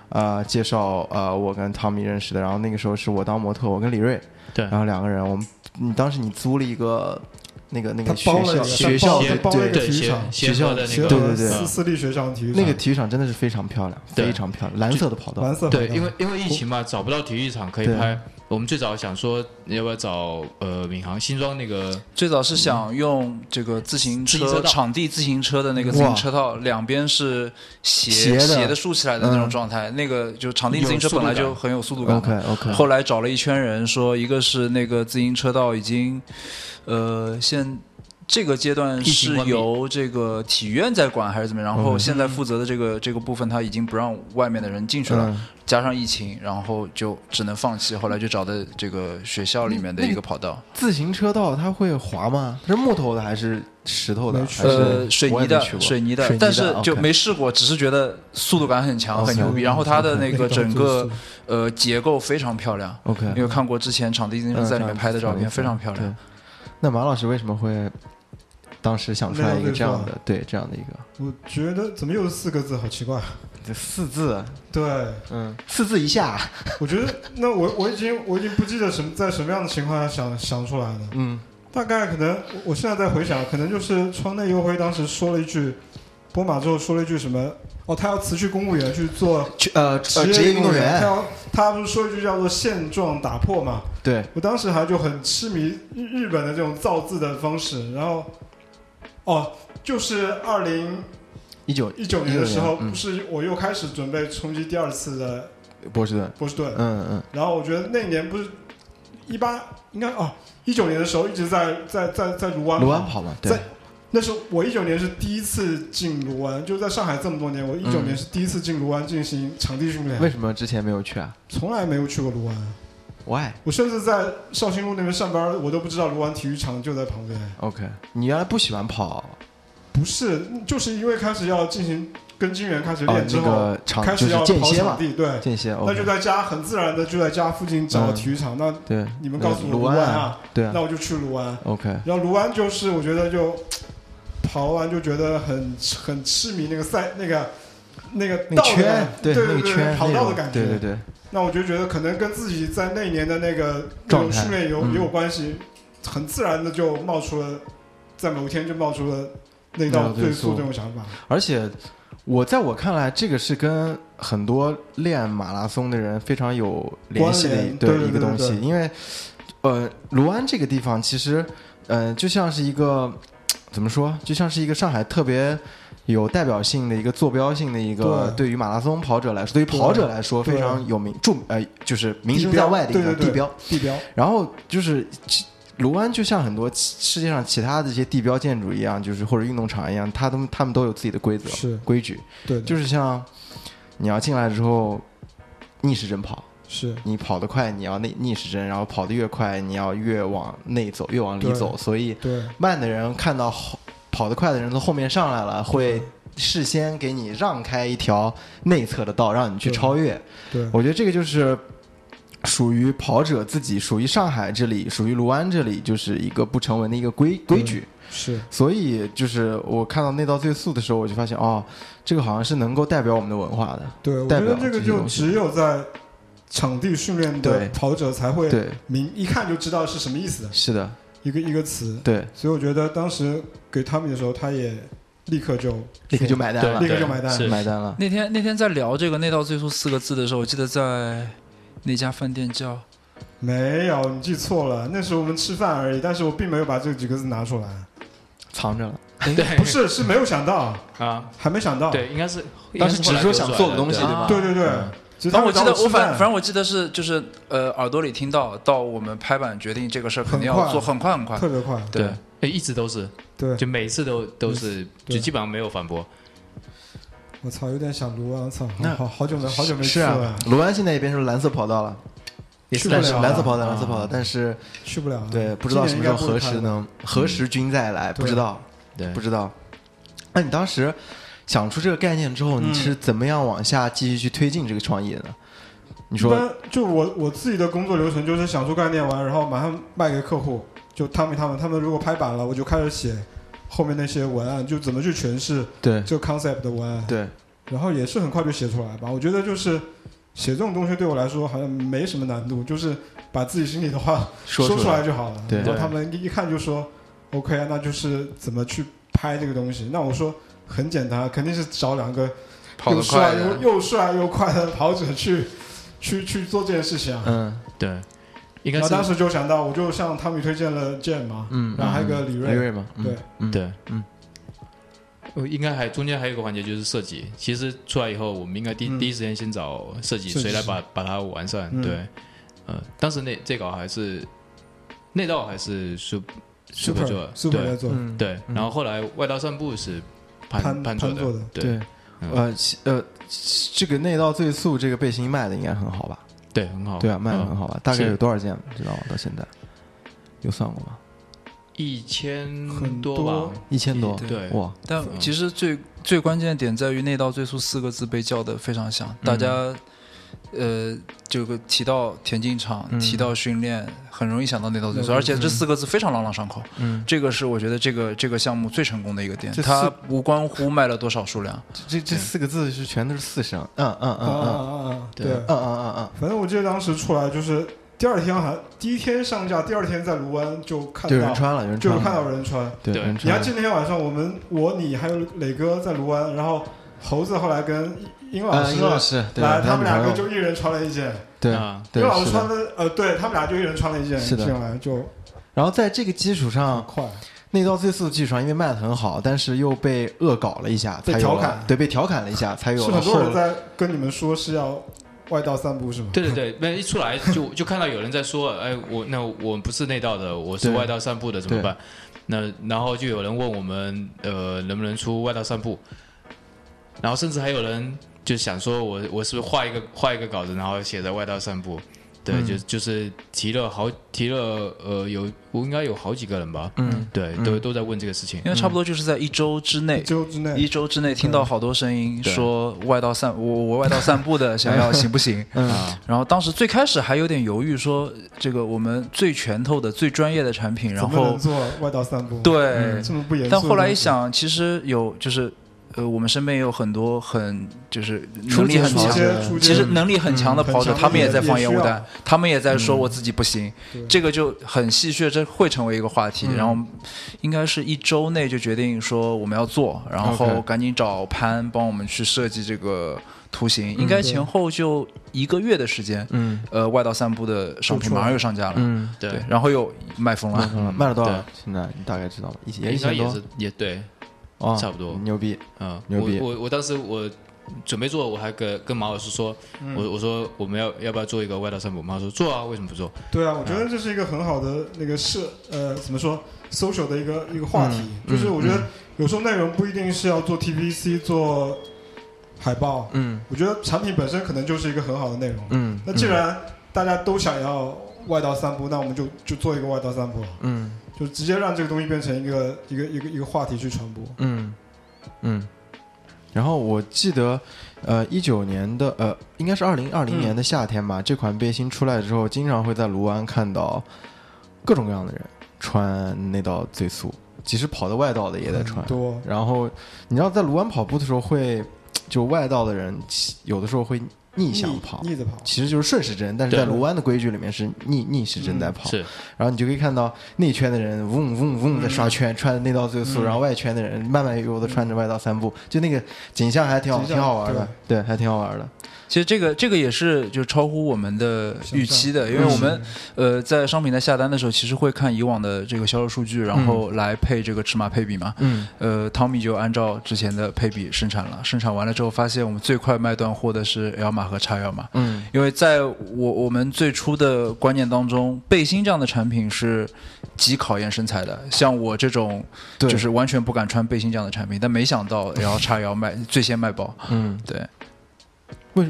呃，介绍呃我跟汤米认识的，然后那个时候是我当模特，我跟李锐，
对
然后两个人，我们你当时你租了一个那个那
他
个学
包了
校
一个
学
他
校
包
对
他包了一个体
对
育
协
场，
协和的那
协
个，嗯
对
和
对对
私私立学校的体育场，
那个体育场真的是非常漂亮，
对
非常漂亮，蓝色的跑道，
蓝色跑
对，
道
因为因为疫情嘛，找不到体育场可以
嗯对
拍。我们最早想说，要不要找呃闵行新庄那个
最早是想用这个自行
自行车
车
道
场地自行车的那个自行车道，两边是斜
斜的
斜的竖起来的那
嗯
种状态，那个就场地自行车本来就很有速度感嘛。
OK
嗯
OK，
后来找了一圈人说，一个是那个自行车道已经，呃，现这个阶段
疫情
是
关闭嗯
由这个体院在管还是怎么样？然后现在负责的这个这个部分他已经不让外面的人进去了，
嗯
加上疫情，然后就只能放弃。后来就找的这个学校里面的一个跑
嗯
道，
自行车道它会滑吗？它是木头的还是石头的？
没
还
去
是
过
呃，水
我
泥
也没
的
去过
水
水
泥的
泥，
但
的啊
是就
OK 啊
没试过，只是觉得速度感很强，
OK
很牛逼。然后它的那
那
个
[laughs]
个
整个呃结构非常漂亮，
OK
因为看过之前场地经理在
嗯
里面拍的照片，非常漂亮。。
那马老师为什么会当时想出来一个这样的对这样的一个
我觉得怎么又是四个字，好奇怪。
这四字？
对，
嗯，四字以下。
我觉得那我我已经我已经不记得什么在什么样的情况下想想出来的，
嗯
大概可能我我现在在回想，可能就是川内优辉当时说了一句，波马之后说了一句什么。哦，他要辞去公务员去做，
去呃
职
业
业
运
运
动
动员，他
员，
要他不是说一句叫做“现状打破”嘛？
对，
我当时还就很痴迷日日本的这种造字的方式，然后，哦，就是二零
一九
一九年的时
19
候，
年嗯
不是我又开始准备冲击第二次的
波士顿，
波士顿，
嗯嗯，
然后我觉得那年不是一八，应该哦一九年的时候一直在在在在卢湾，
卢湾，跑嘛，对
在，那是我一九年是第一次进卢湾，就在上海这么多年，我一九
嗯
年是第一次进卢湾进行场地训练，
为什么之前没有去啊
从来没有去过卢湾，
？Why？
我甚至在绍兴路那边上班，我都不知道卢湾体育场就在旁边。
OK，你原来不喜欢跑，
不是，就是因为开始要进行跟金源开始
哦，
练之
那
后，
个场
开
就
始
是
要
间
跑
歇嘛
场，地，对，
间歇
那就
，OK，
在家很自然的就在家附近找
嗯
体育场。那
对，
你们告诉我
卢
卢湾
啊，
啊，
对啊
那我就去卢湾。
，OK，
然后卢湾就是我觉得就跑完就觉得很很痴迷那个赛那个那个
那个
道的感
圈，
对
那个
对
圈，
跑
那
道
种
的感觉。
对对对，
那我就觉得可能跟自己在那一年的那个那
状
种
态
训练有、
嗯
也有关系，很自然的就冒出了，在某一天就冒出了那
那
道
道
最
最速
速这种想法。
而且我在我看来，这个是跟很多练马拉松的人非常有联系的
关
一
联对对
一个
对
东西，
对
因为呃，卢湾这个地方其实嗯、呃就像是一个怎么说，就像是一个上海特别。有代表性的一个坐标性的一个，对于马拉松跑者来说，对于跑者来说
对
非常有名著呃，就是名声
地
在
标
外的一个
对对对
地标。
地
[laughs]
标，
然后就是其卢湾，就像很多其世界上其他的一些地标建筑一样，就是或者运动场一样，他们他们都有自己的规则
是
规矩，
对的，
就是像你要进来之后逆时针跑，
是
你跑得快你要逆逆时针，然后跑得越快你要越往内走，越往里
对
走，所以
对
慢的人看到后跑得快的人从后面上来了，会事先给你让开一条内侧的道，让你去
对
超越。
对
我觉得这个就是属于跑者自己，属于上海这里，属于卢湾这里，就是一个不成文的一个规规矩。
是
所以就是我看到那道最速的时候，我就发现哦，这个好像是能够代表我们的文化的。
对，我
代
觉
表
得这个
这些
就
东西
只有在场地训练
对
的跑者才会
对，
明一看就知道是什么意思的
是的，
一个一个词。
对，
所以我觉得当时给他们的时候，他也立刻就
立刻就买单了，
立刻就买单
是
买单了。
那天那天在聊这个“内道最速”四个字的时候，我记得在那家饭店叫
没有，你记错了，那是我们吃饭而已，但是我并没有把这几个字拿出来。
藏着了，
对
[laughs] 不是，是没有想到，
啊，
还没想到。啊
对，应该是
当时只是说想做个东西，
对
吧？
对对对，其实他们
反正我记
找
得，
吃
我反
饭
反正我记得是就是呃耳朵里听到，到我们拍板决定这个事儿，肯定
很
要
快
做很快
[laughs]
很快。
特别快，
对，
哎，一直都是，
对，
就每一次都都是，
对
就基本上没有反驳。
我操，有点想卢安，操，
那
好好好久没好久没去
是
了
啊，，卢安现在也变成蓝色跑道了，也
去
是
不了
蓝色蓝色跑道，
啊
蓝色跑道，但是
去不了了，
对，不知道什
今
么
年
时候
应该不
何
会开
时
了？嗯
能何时君再来，不知道，
对
不，知道。那你当时想出这个概念之后，
嗯
你是怎么样往下继续去推进这个创业的？你
一
说
般就我我自己的工作流程就是想出概念完，然后马上卖给客户，就他们他们他们如果拍板了，我就开始写后面那些文案，就怎么去诠释
对
这个 concept 的文案，
对，
然后也是很快就写出来吧。我觉得就是写这种东西对我来说好像没什么难度，就是把自己心里的话
说
出
出
来就好了。
对
然后他们一一看就说 OK 啊，那就是怎么去拍这个东西。那我说很简单，啊肯定是找两个
跑
又
得快
帅
的
又，又帅又快的跑者去去去做这件事情啊。
嗯
对，应该
然后
是
当时就想到，我就向汤米推荐了 Jam 嘛，
嗯，
然后还有一个李
嗯
锐
李锐嘛，嗯
对，
嗯
对，
嗯
呃，应该还中间还有一个环节就是设计。其实出来以后，我们应该第、
嗯
第一时间先找设计，
设计
谁来
师
把把它完善？
嗯
对，呃，当时那这稿还是内道还是 Sup- Super 做的
Super 在
对
做
嗯
对，然后后来外道散步是
潘
潘
潘
做
做的
对
对，
嗯
呃其呃，其这个内道最速这个背心卖的应该很好吧？
对，很
哦
好，
对啊，卖的很
嗯，
好吧？大概
是
有多少件？你知道吗？到现在有算过吗？
一千
很
嗯多吧，
一千多，
对
哇，
但其实最最关键的点在于“内道最速”四个字被叫的非常响，大家呃这个提到田径场、
嗯
提到训练，很容易想到“内道最速”，
嗯
而且这四个字非常朗朗上口。
嗯，
这个是我觉得这个这个项目最成功的一个点
这，四
它无关乎卖了多少数量，
这这四个字是全都是四声，嗯嗯
啊
嗯
啊
嗯
啊啊！
对
对，
嗯嗯嗯
反正我记得当时出来就是第二天还第一天上架，第二天在卢湾就
嗯，
看
就有人
到，
穿了，有人
就
穿
有
了，
看到有人穿。
对
对
有人
你还
穿
记
了，
得那天晚上我们我你还有磊哥在卢湾，然后猴子后来跟英老
呃，
师
应该是对，
来，他们两个
女朋友
就一人穿了一件，
对
啊，
英
对
老师
是
穿
的。
的呃，对他们俩就一人穿了一件
是
进
的
来就
然后在这个基础上，
快，
内道最速的基础上，因为卖的很好，但是又被恶搞了一下，
被
才有
调侃
了对，被调侃了一下，才有
是
了
很多
后
人在跟你们说是要外道散步是吗？
对
[laughs]
对对，那一出来就就看到有人在说，哎，我那我不是内道的，我是
对
外道散步的，怎么办？那然后就有人问我们，呃，能不能出外道散步？然后甚至还有人就想说我我是不是画一个画一个稿子，然后写在外道散步？对，
嗯
就就是提了好提了呃有我应该有好几个人吧，
嗯，
对，
嗯
都都在问这个事情。
因为差不多就是在一周之内
嗯一。周之内
一周之内听到好多声音
对
说外道散我我外道散步
[laughs]
的想要行不行？
嗯
嗯
啊，
然后当时最开始还有点犹豫，说这个我们最拳头的、最专业的产品，然
怎么能
后
做外道散步，，
对，
这么不严肃。
但后来一，想，其实有就是呃，我们身边也有很多很就是
出
能力很
街
出
强
跑
街
者
出街
其实能力很强的
嗯
跑者，
很强
他们也在放烟雾
也需
弹
要，嗯
他们也在说我自己不行
对，嗯
这个就很戏谑，这会成为一个话题。然后应该是一周内就决定说我们要做，然后
OK
赶紧找潘帮我们去设计这个图形，
嗯
应该前后就一个月的时间，
嗯
呃，外道散步的商品马上又上架了，
嗯，
对
对，，然后又卖疯
卖
了。
了嗯卖了多少
对？
现在你大概知道吗？一也一
哎应该
千
也
多
是也对，
啊，
差不多
牛逼，
啊，
牛逼
我我我当时我准备做，我还跟跟马老师说，我我说我们要要不要做一个外道散步？马老师说做啊，为什么不做？
对啊，我觉得这是一个很好的那个社呃怎么说 social 的一个一个话题，
嗯
就是我觉得有时候内容不一定是要做 TVC 做海报，
嗯
我觉得产品本身可能就是一个很好的内容。
嗯，
那既然大家都想要外道散步，那我们就就做一个外道散步了，
嗯
就直接让这个东西变成一个一个一个一个话题去传播。
嗯，嗯，然后我记得，呃，一九年的呃，应该是二零二零
嗯
年的夏天吧，这款背心出来之后，经常会在卢湾看到各种各样的人穿那道最速，即使跑的外道的也在穿
很。多
然后你知道，在卢湾跑步的时候会，就外道的人其有的时候会逆向跑。
逆着跑，
其实就是顺时针，但是
对
在卢湾的规矩里面是逆逆时针在跑，
是
然后你就可以看到内圈的人嗡嗡嗡在刷圈，穿着内道最速，
嗯
然后外圈的人慢慢悠悠的穿着外道三步，就那个景象还挺好，
景象
挺好玩的，对，还挺好玩的。
其实这个这个也是就超乎我们的预期的，因为我
嗯
们呃在商品在下单的时候，其实会看以往的这个销售数据，然后来配这个尺码配比嘛。
嗯，
呃，汤米就按照之前的配比生产了，生产完了之后发现我们最快卖断货的是 L 马和叉腰嘛。
嗯
因为在我我们最初的观念当中，背心这样的产品是极考验身材的。像我这种，
对
就是完全不敢穿背心这样的产品，但没想到然后叉腰卖最先卖爆。
嗯，
对，
我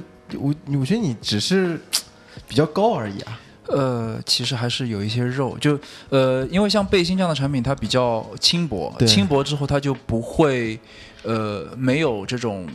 我觉得你只是比较高而已啊。
呃，其实还是有一些肉，就呃，因为像背心这样的产品，它比较轻薄，
对
轻薄之后它就不会呃没有这种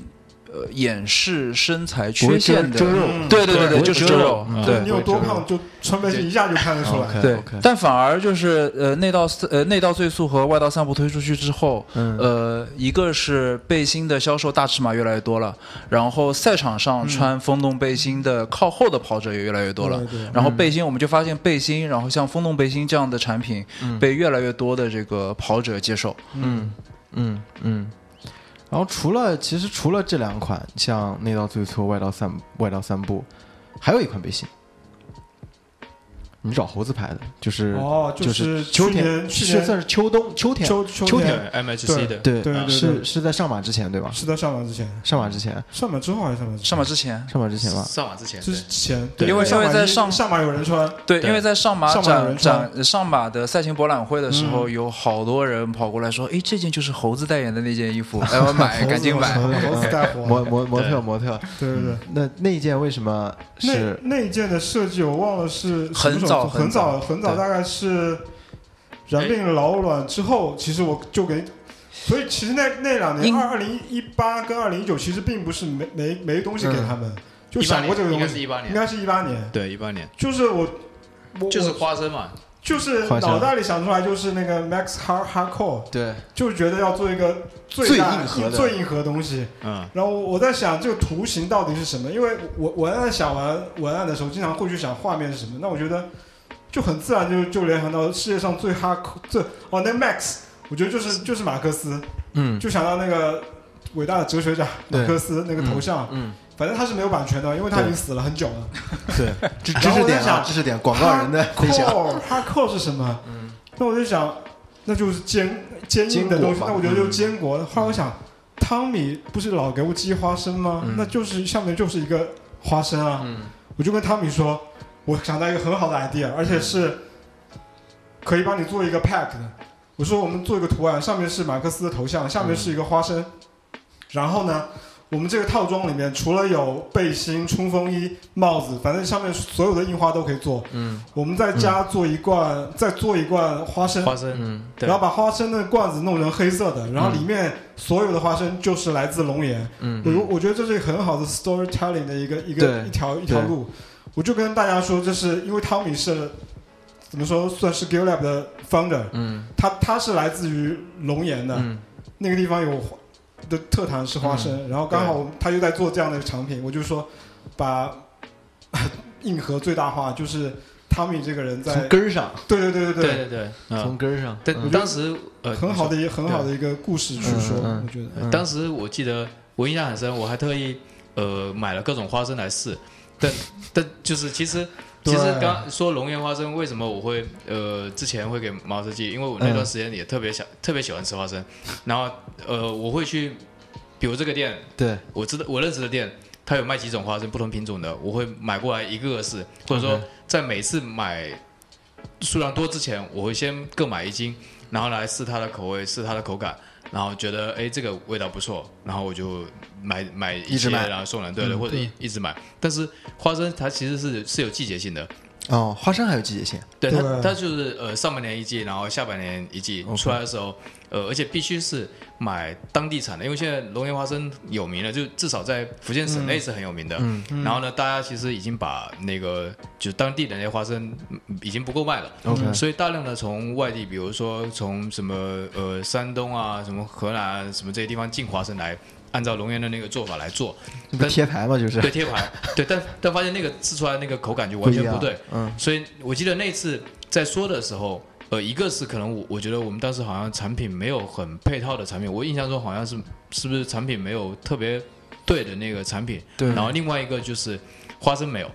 呃掩饰身材缺陷的
遮遮肉
嗯
对对对
对
对，就是遮肉，
嗯
对哦
你有多胖，就穿背心一下就看得出来。
OK
对，但反而就是呃内道四呃内道最速和外道散步推出去之后，
嗯
呃一个是背心的销售大尺码越来越多了，然后赛场
嗯
上穿风洞背心的靠后的跑者也越来越多了，
对对嗯
然后背心我们就发现背心，然后像风洞背心这样的产品被越来越多的这个跑者接受，
嗯嗯嗯。然后除了其实除了这两款，像内道最粗、外道散外道三步，还有一款背心，你找猴子牌的，就是、
哦，
就
就是
秋
去
天，
年去
是
年
算是秋冬秋天，
秋秋
秋天
天
，MHC 的，
对
对对对
是是在上马之前对吧？
是在上马之前，
上马之前，
上马之后还是上马之前？
上马之前。
上马之前吧。
上马之前，
之
对
前，因
对因
为
为
上马
因为在
已经
上
上马有人穿，
对，
对
因为在上马
上马有
展
人穿
展上马的赛前博览会的时候，有好多人跑过来说：“诶，这件就是猴子代言的那件衣 [laughs] 服，哎，我买，赶紧买。”
猴
[laughs]
子带火，
模模模特模特，
对对对。
那那一件为什么
那
嗯是
那一件的设计我忘了是什么时候
很早
很早
很早
很早，
对
大概是染病老卵之后，其实我就给，所以其实那那两年
应
二二零一八跟二零一九其实并不是没没没东西给
嗯
他们，就
18
想过
年
这个
应该
东
是
西，
一八
应
年，
该是一八年，
对，一八年，
就是我我
就是
我
花生嘛，
就是
幻想
脑袋里想出来就是那个 Max Hard Hardcore，
对
就是觉得要做一个
最
大
硬核的
最硬核的东西，
嗯，
然后我在想这个图形到底是什么，因为我文案想完文案的时候，经常会去想画面是什么。那我觉得就很自然就就联想到世界上最哈最哦那 Max，我觉得就是就是马克思，
嗯
就想到那个伟大的哲学家
对
马克思那个头像，
嗯
反正他是没有版权的，因为他已经死了很
[laughs]
久了。 [laughs]
对，知知
然后
识
我在
点啊
想
知识点，广告人的分享，
Hardcore Hardcore 是什么？
嗯
那我就想，那就是坚坚硬的东
坚果。
西
吧嗯
那我觉得就是坚果。后来我想，汤米不是老给我寄花生吗？
嗯
那就是下面就是一个花生啊。
嗯
我就跟汤米说，我想到一个很好的 idea，而且
嗯
是可以帮你做一个 pack 的。我说我们做一个图案，上面是马克思的头像，下面是一个花生。
嗯
然后呢，我们这个套装里面除了有背心、冲锋衣、帽子，反正上面所有的印花都可以做。
嗯
我们在家做一罐，再做一罐花生，
花生，
嗯
对
然后把花生的罐子弄成黑色的，然后里面所有的花生就是来自龙岩。
嗯
我如我觉得这是一个很好的 storytelling 的一个一个
对
一条一条
对
路。我就跟大家说，这是因为汤米是怎么说算是 Gill Lab 的 founder，
嗯
他他是来自于龙岩的，
嗯
那个地方有花的特产是花生，然后刚好我们他就在做这样的产品，我就说把 [laughs] 硬核最大化，就是汤米这个人在
从根儿上，
对对对对
对对对，嗯，
从根儿上，
但
嗯
当时呃，
很好的一很好的一个故事去说，
嗯嗯
我觉得。
嗯
当时我记得我印象很深，我还特意呃买了各种花生来试，但 [laughs] 但就是其实其
对
实刚说龙岩花生，为什么我会呃之前会给毛书记，因为我那段时间也特别想、特别喜欢吃花生，然后呃我会去，比如这个店
对，
我知道我认识的店，它有卖几种花生，不同品种的，我会买过来一个个试，或者说
OK
在每次买数量多之前，我会先各买一斤，然后来试它的口味，试它的口感，然后觉得哎这个味道不错，然后我就买买一
一直
些，
买嗯
然后送人，对对，或者一一直买。但是花生它其实是是有季节性的，
哦，花生还有季节性，
对
对
它，它就是呃上半年一季，然后下半年一季
OK
出来的时候，呃，而且必须是买当地产的，因为现在龙岩花生有名了，就至少在福建省内是很有名的。
嗯
然后呢，大家其实已经把那个就是当地的那些花生嗯已经不够卖了
OK
所以大量的从外地，比如说从什么呃山东啊、什么河南、啊、什么这些地方进花生来，按照龙岩的那个做法来做，
这不
但
贴牌吗？就是
对贴牌，对，但但发现那个吃出来那个口感就完全
一样
不对。，
嗯
所以我记得那次在说的时候，呃，一个是可能我我觉得我们当时好像产品没有很配套的产品，我印象中好像是是不是产品没有特别对的那个产品，
对
然后另外一个就是花生没有，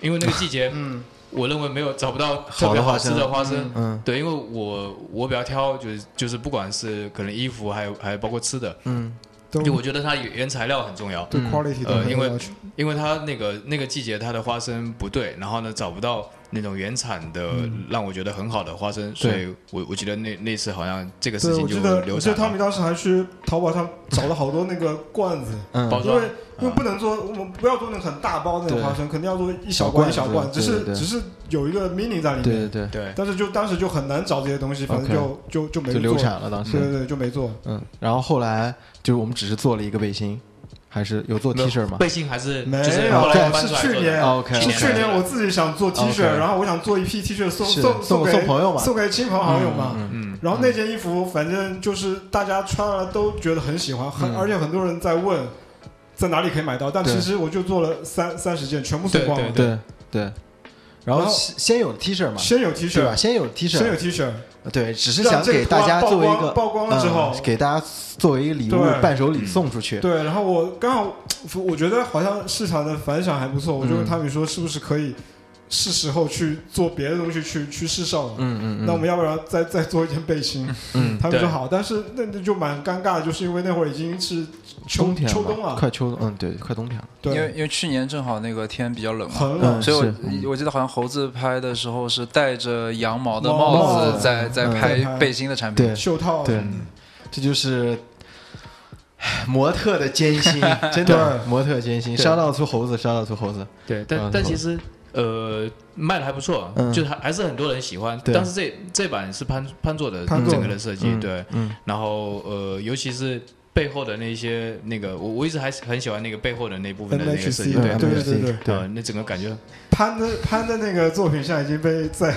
因为那个季节，嗯，我认为没有找不到特别好吃的花生。
嗯
对，因为我我比较挑，就是就是不管是可能衣服，还有还有包括吃的，
嗯
都
就我觉得它原材料很重要。
对 quality 都
呃
很
因为
有要求
因为它那个那个季节它的花生不对，然后呢找不到那种原产的、让我觉得很好的花生，所以我我记得那那次好像这个事
对，
情
我
就
记得，
流
我记得
产
汤
了
米。当时还去淘宝上找了好多那个罐子，
包
嗯，
因
装
为因为不能做，我们不要做那种很大包那种
对
花生，肯定要做一小
小
罐
罐
一小
子
罐，只
对
是
对对
只是有一个 meaning 在里
嗯对
面。
对对，
对，
但是就当时就很难找这些东西，反正
OK
就就就没
就
做
流。产了当
对
时。
对对，就没做。
嗯，然后后来就是我们只是做了一个背心，还是有做 T 恤吗？
背心还是
没
呃就是
有
后来搬
是
出来
去
做的
年
哦，OK，
是
去
去
年
年我自己想做 T 恤，
OK
然后我想做一批 T 恤送
是
送
送
给
送朋友嘛
送给亲朋好友嘛。
嗯
嗯，
然后那件衣服，反正就是大家穿了都觉得很喜欢，很
嗯
而且很多人在问在哪里可以买到，但
对
其实我就做了三三十件，全部送光了。
对对。然后
然后
先先有 T 恤嘛，
先有 T
对
恤
吧？，先有 T
先有
恤，
T 恤，
对，只是
让
想
这个
给大
图
家
案曝
作为一
光
个
曝光了之后
嗯给大家作为一个礼物
对嗯
伴手礼送出去。
对，然后我刚好，我觉得好像市场的反响还不错，我就跟
嗯
他们说，是不是可以是时候去做别的东西去去试售了？
嗯嗯嗯，
那我们要不然再再做一件背心？
嗯
他们说
对
好，但是那那就蛮尴尬的，就是因为那会儿已经是秋
冬天
秋
吧
冬了，
快秋冬，嗯，对，快冬天了。
因
[laughs]
为
对，
因为去年正好那个天比较冷嘛，
很
嗯
冷，
所以
是
我我记得好像猴子拍的时候是戴着羊毛的
帽
帽子
子
在在
嗯
在拍
拍背心的产品，
对
袖套啊
对，这就是唉模特的艰
[laughs]
辛，真的模特艰辛。
对
伤到出猴子，伤到出猴子。
对，
啊
但嗯但
是
其实呃卖的还不错，
嗯
就还还是很多人喜欢。
对
但是这这版是潘潘做的
潘
做的
整个的设计，
嗯
对，
嗯
然后呃尤其是。背后的那一些那个，我我一直还是很喜欢那个背后的那部分的那个
NHC，
设计，
对
对
对
对
对对，
呃，那整个感觉
潘的潘的那个作品现在已经被在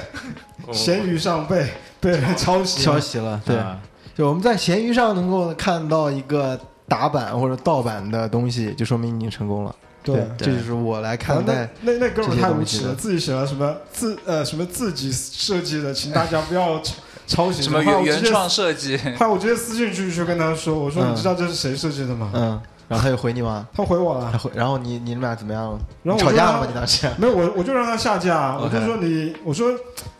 哦
闲鱼上被被人抄
[laughs]
袭
消
了，
息了，对，
啊
就我们在闲鱼上能够看到一个打版或者盗版的东西，就说明你成功了。
对。
这就是我来看
反正
待。
那那那哥们
这
儿
些
太
东
无
西
耻
的
了，自己写了什么自呃什么自己设计的，请大家不要抄抄袭
什么
后来
原
我直
原
接
创设计，
后来我直接私信去去跟他说，我说
嗯
你知道这是谁设计的吗？
嗯，然后他就回你吗？
他回我
他
了，
回，然后你你们俩怎么样了？
然后
吵
我
架了吗？
就
你当
[laughs]
时？
没有我我就让他下架，我
OK
就说你我说，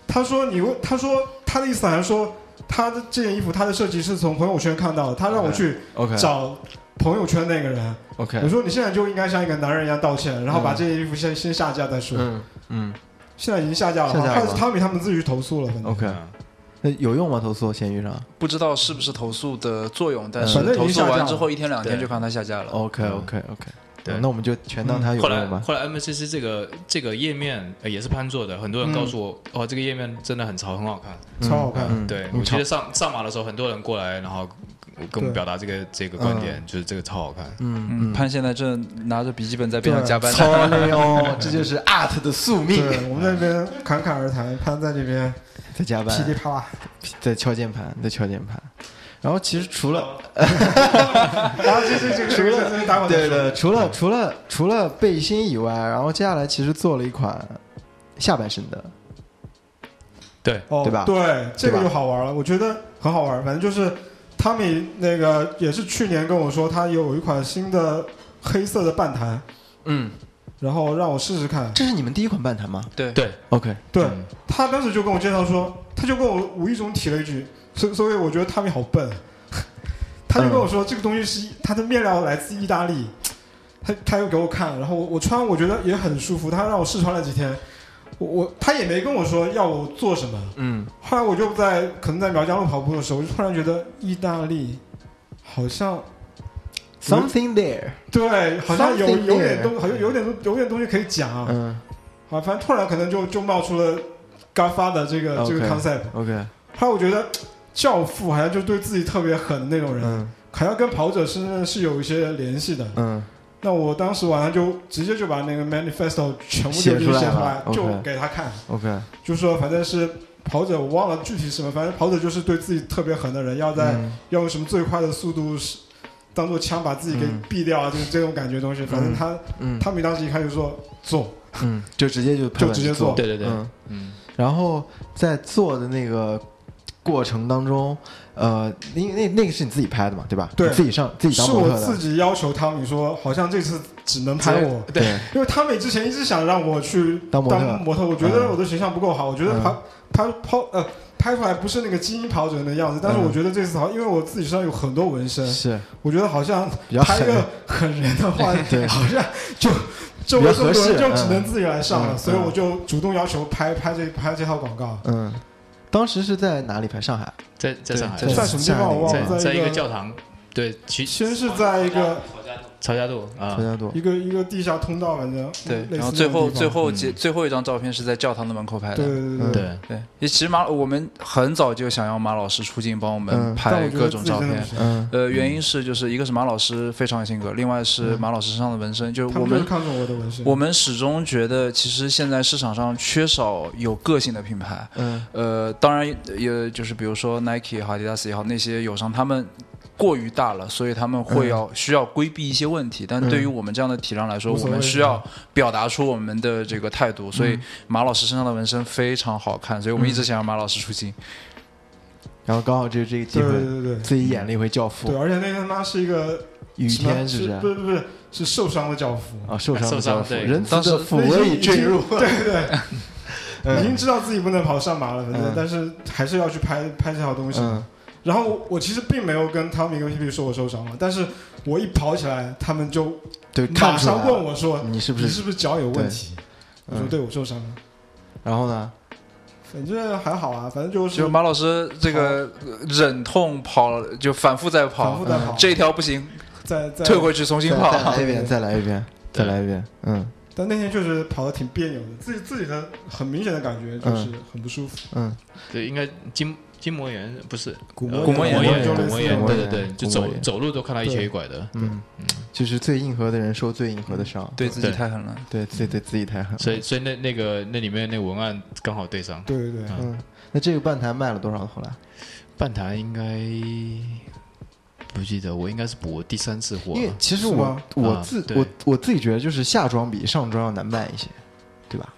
他说你问他说他的意思好像说他的这件衣服他的设计是从朋友圈看到的，他让我去
OK
找朋友圈那个人，我
OK，
说你现在就应该像一个男人一样道歉，然后把这件衣服先先下架再说。
嗯嗯
现在已经下架了，
下架了
他是汤米他们自己去投诉了，反正。
OK，
嗯
那有用吗？投诉闲鱼上
不知道是不是投诉的作用，但是
反正已
投
经
诉
下架
完
了
之后一天两天
对
就看它下架了。
哦
？OK OK OK，
对
嗯那我们就全当它有
后来
用吧。
后来 MCC 这个这个页面、呃也是潘做的，很多人告诉我，哦，这个页面真的很潮，很好看。
嗯
超好看
嗯
对，
嗯
我记得上上马的时候，很多人过来，然后跟跟我
对
们表达这个这个观点，就是这个超好看。
嗯
嗯，
嗯
潘现在正拿着笔记本在边上加班呢。
，sorry 哦，这就是 art 的宿命，
对，我们在那边侃侃而谈，潘在这边
在加
噼
班，
里啪啦，
在敲键盘，在敲键盘。然后其实 [laughs] 除了
[laughs] 然后这这这
除
这
了
个这个打我
对对，除了除了除了背心以外，然后接下来其实做了一款下半身的，
对，
哦
对吧
对，这
对吧
个就好玩了，我觉得很好玩。反正就是汤米那个也是去年跟我说，他有一款新的黑色的半弹，
嗯，
然后让我试试看。
这是你们第一款半弹吗
对
对
？OK，
对
嗯
他当时就跟我介绍说，他就跟我无意中提了一句，所以所以我觉得汤米好笨，他就跟我说、这个东西是它的面料来自意大利，他他又给我看，然后我我穿我觉得也很舒服，他让我试穿了几天，我我他也没跟我说要我做什么，
嗯，
后来我就在可能在苗疆路跑步的时候，我就突然觉得意大利好像
Something there，
对，好像有
Something 嗯
有点
there
东，好像有点东有点东西可以讲啊，
嗯
啊，反正突然可能就就冒出了 Godfather 这个这个
OK
concept。
，OK，
还有我觉得教父好像就对自己特别狠的那种人，
嗯
好像跟跑者是是有一些联系的。
嗯
那我当时晚上就直接就把那个 manifesto 全部
写
就
出来
写出
了
来，就
OK
给他看，
，OK，
就说反正是跑者，我忘了具体什么，反正跑者就是对自己特别狠的人，要在、
嗯
要用什么最快的速度是当做枪把自己给
嗯
毙掉啊，就是这种感觉东西。反正他、
嗯
他们当时一看就说做，
嗯，就直接就拍
就
板
直接
做
做，
对对对，
嗯，
嗯，
然后在做的那个过程当中，呃，因为那那个是你自己拍的嘛，对吧？
对
你自己上自己当
是
模
我
特
自
的，
己要求汤米说，好像这次只能拍我，
对，
因为他们之前一直想让我去
当模特嗯
当模特，我觉得我的形象不够好，我觉得拍拍跑呃拍出来不是那个精英跑者的样子，但是
嗯
我觉得这次好，因为我自己身上有很多纹身，
是
我觉得好像
比较
拍一
狠
个狠人的话
[laughs] ，对
好像就周
比
围
较
这
合
么多
适
人就只
嗯
能自己来上了，
嗯
所以
嗯
我就主动要求拍拍这拍这套广告，
嗯，当时是在哪里拍？上海。
在
对
在上海
在，
在什么地方我忘
在
了，
在一
一
个教堂，对，其
先是在一个
曹家渡啊
曹，家渡。
一个一个地下通道，反正
对，
啊类似
然后
那
最
种
后
地方
最后
嗯
结最后一张照片是在教堂的门口拍的。
对对
嗯
对对，
对，
对，也其实马我们很早就想要马老师出镜帮我
嗯
们
但
拍
我觉
各
得
种
自己
照
真的
片
不。行，
嗯
呃，原因是就是一个是马老师非常有性格，另外是
嗯
马老师身上的纹身，就是
他
呃我
们就是
们
看中我的纹身，
我们始终觉得其实现在市场上缺少有个性的品牌。
嗯
呃，当然也就是比如说 Nike 也好，Adidas 也好，那些友商他们。过于大了，所以他们会要、需要规避一些问题。但对于我们这样的体量来说，
嗯无所
我
谓嗯
们需要表达出我们的这个态度。所以马老师身上的纹身非常好看，所以我们一直想让马老师出镜。
然后刚好就是这个机
对对
会，
对对
自己演了一回《教
对，
父
对》，而且那个他妈是一个
雨
什么
天是不
是
是？
不是不是是受伤的教父，
啊，受伤
受
的
伤
教父，
对
仁慈
当时
的抚慰与坠入。
对对对，已经
嗯
知道自己不能跑上马了，反
嗯
正但是还是要去拍拍这条东西。
嗯
然后我我其实并没有跟汤米跟皮皮说我受伤了，但是我一跑起来，他们就
对，
马
看出
上
来
问
了
我说
你是：“不
你
是？
是不是脚有问题？”我说：“
嗯
对，我受伤了。
然后呢？”
反正还好啊，反正就是
就马老师这个忍痛跑，就反复在
反
跑嗯
复，在跑，
这一条不行，
再再
退回去重新
再再
跑。
来一遍，再来一遍，再
对
来一遍。嗯
但那天就是跑的挺别扭的，自己自己的很明显的感觉就是很不舒服。
嗯，
对，应该筋筋膜炎不是
骨
呃
膜
骨
膜
炎，
炎
炎，
骨
骨
膜
膜
炎
炎，
骨膜
对
炎
对对，就
骨
走
膜炎
走路都看到一
对
瘸一拐的，
嗯，就是最硬核的人受最硬核的伤，
对自己
对
太狠了。
对，自己对自己太狠了。
所以所以那那个那里面那文案刚好对上，
对对对，
嗯，那这个半坛卖了多少？后来，
半坛应该不记得，我应该是补第三次货
因，为其实
是
我
吗
我
啊
自
对
我我自己觉得，就是下装比上装要难卖一些，对吧？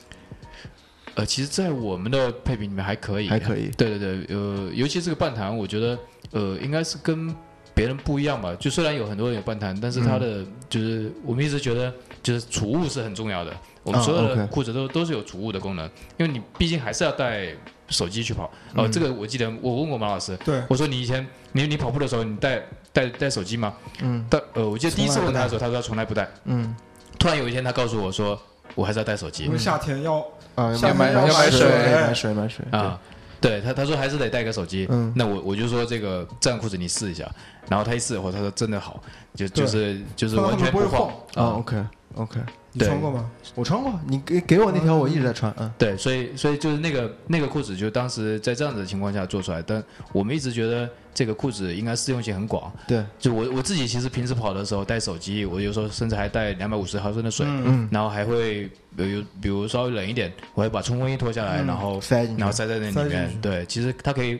呃，其实，在我们的配比里面还可以，
还可以。
对对对，呃，尤其这个半坛，我觉得呃，应该是跟别人不一样吧。就虽然有很多人有半坛，但是它的、就是我们一直觉得就是储物是很重要的。我们
啊
所有的
OK
裤子都、都是有储物的功能，因为你毕竟还是要带手机去跑。哦、
嗯
这个我记得我问过马老师，
对
我说你以前你你跑步的时候你带带带手机吗？
嗯
但呃，我记得第一次问他的时候，他说他从来不带。
嗯
突然有一天他告诉我说，我还是要带手机
因为夏天要
啊，
下
面要买
水，
水
买水，买水。
啊。对他，他说还是得带个手机，
嗯
那我我就说这个这样裤子你试一下，然后他一试以后，他说真的好，就
对
就是就是
放在
完全
后面不会
晃
晃
对啊，OK OK，
你
对
穿过吗？
我穿过，你给给我那条，我一直在穿。嗯
对，所以所以就是那个那个裤子，就当时在这样子的情况下做出来，但我们一直觉得这个裤子应该适用性很广。
对，
就我我自己其实平时跑的时候带手机，我有时候甚至还带两百五十毫升的水，
嗯
嗯，
然后还会比如比如稍微冷一点，我会把冲锋衣脱下来，
嗯
然后
塞进去
然后。塞在那
塞
里
进
面
去。
对，其实它可以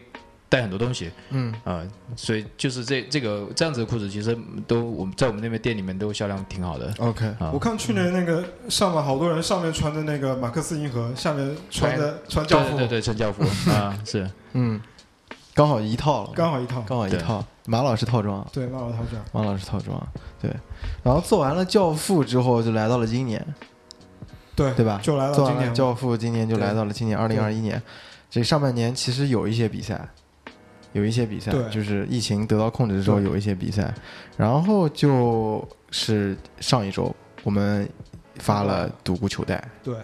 带很多东西。
嗯
啊、所以就是这这个这样子的裤子，其实都我们在我们那边店里面都销量挺好的。
，OK，
啊
我看去年那个上面好多人上面穿的那个马克思银河，下面穿的穿教
对
父
对，对，穿教父啊，是
嗯，刚好一套了，
刚好一套。
刚好一
对
套。马老师套装，
对，马老头这样。
马老师套装，对。然后做完了《教父》之后，就来到了今年，
对
对吧
就来
做
到
完
今
了《
年，
教父》，今年就来到了今年二零二一年。这上半年其实有一些比赛，有一些比赛，
对
就是疫情得到控制之后
对
有一些比赛。然后就是上一周我们发了独孤球袋，
对，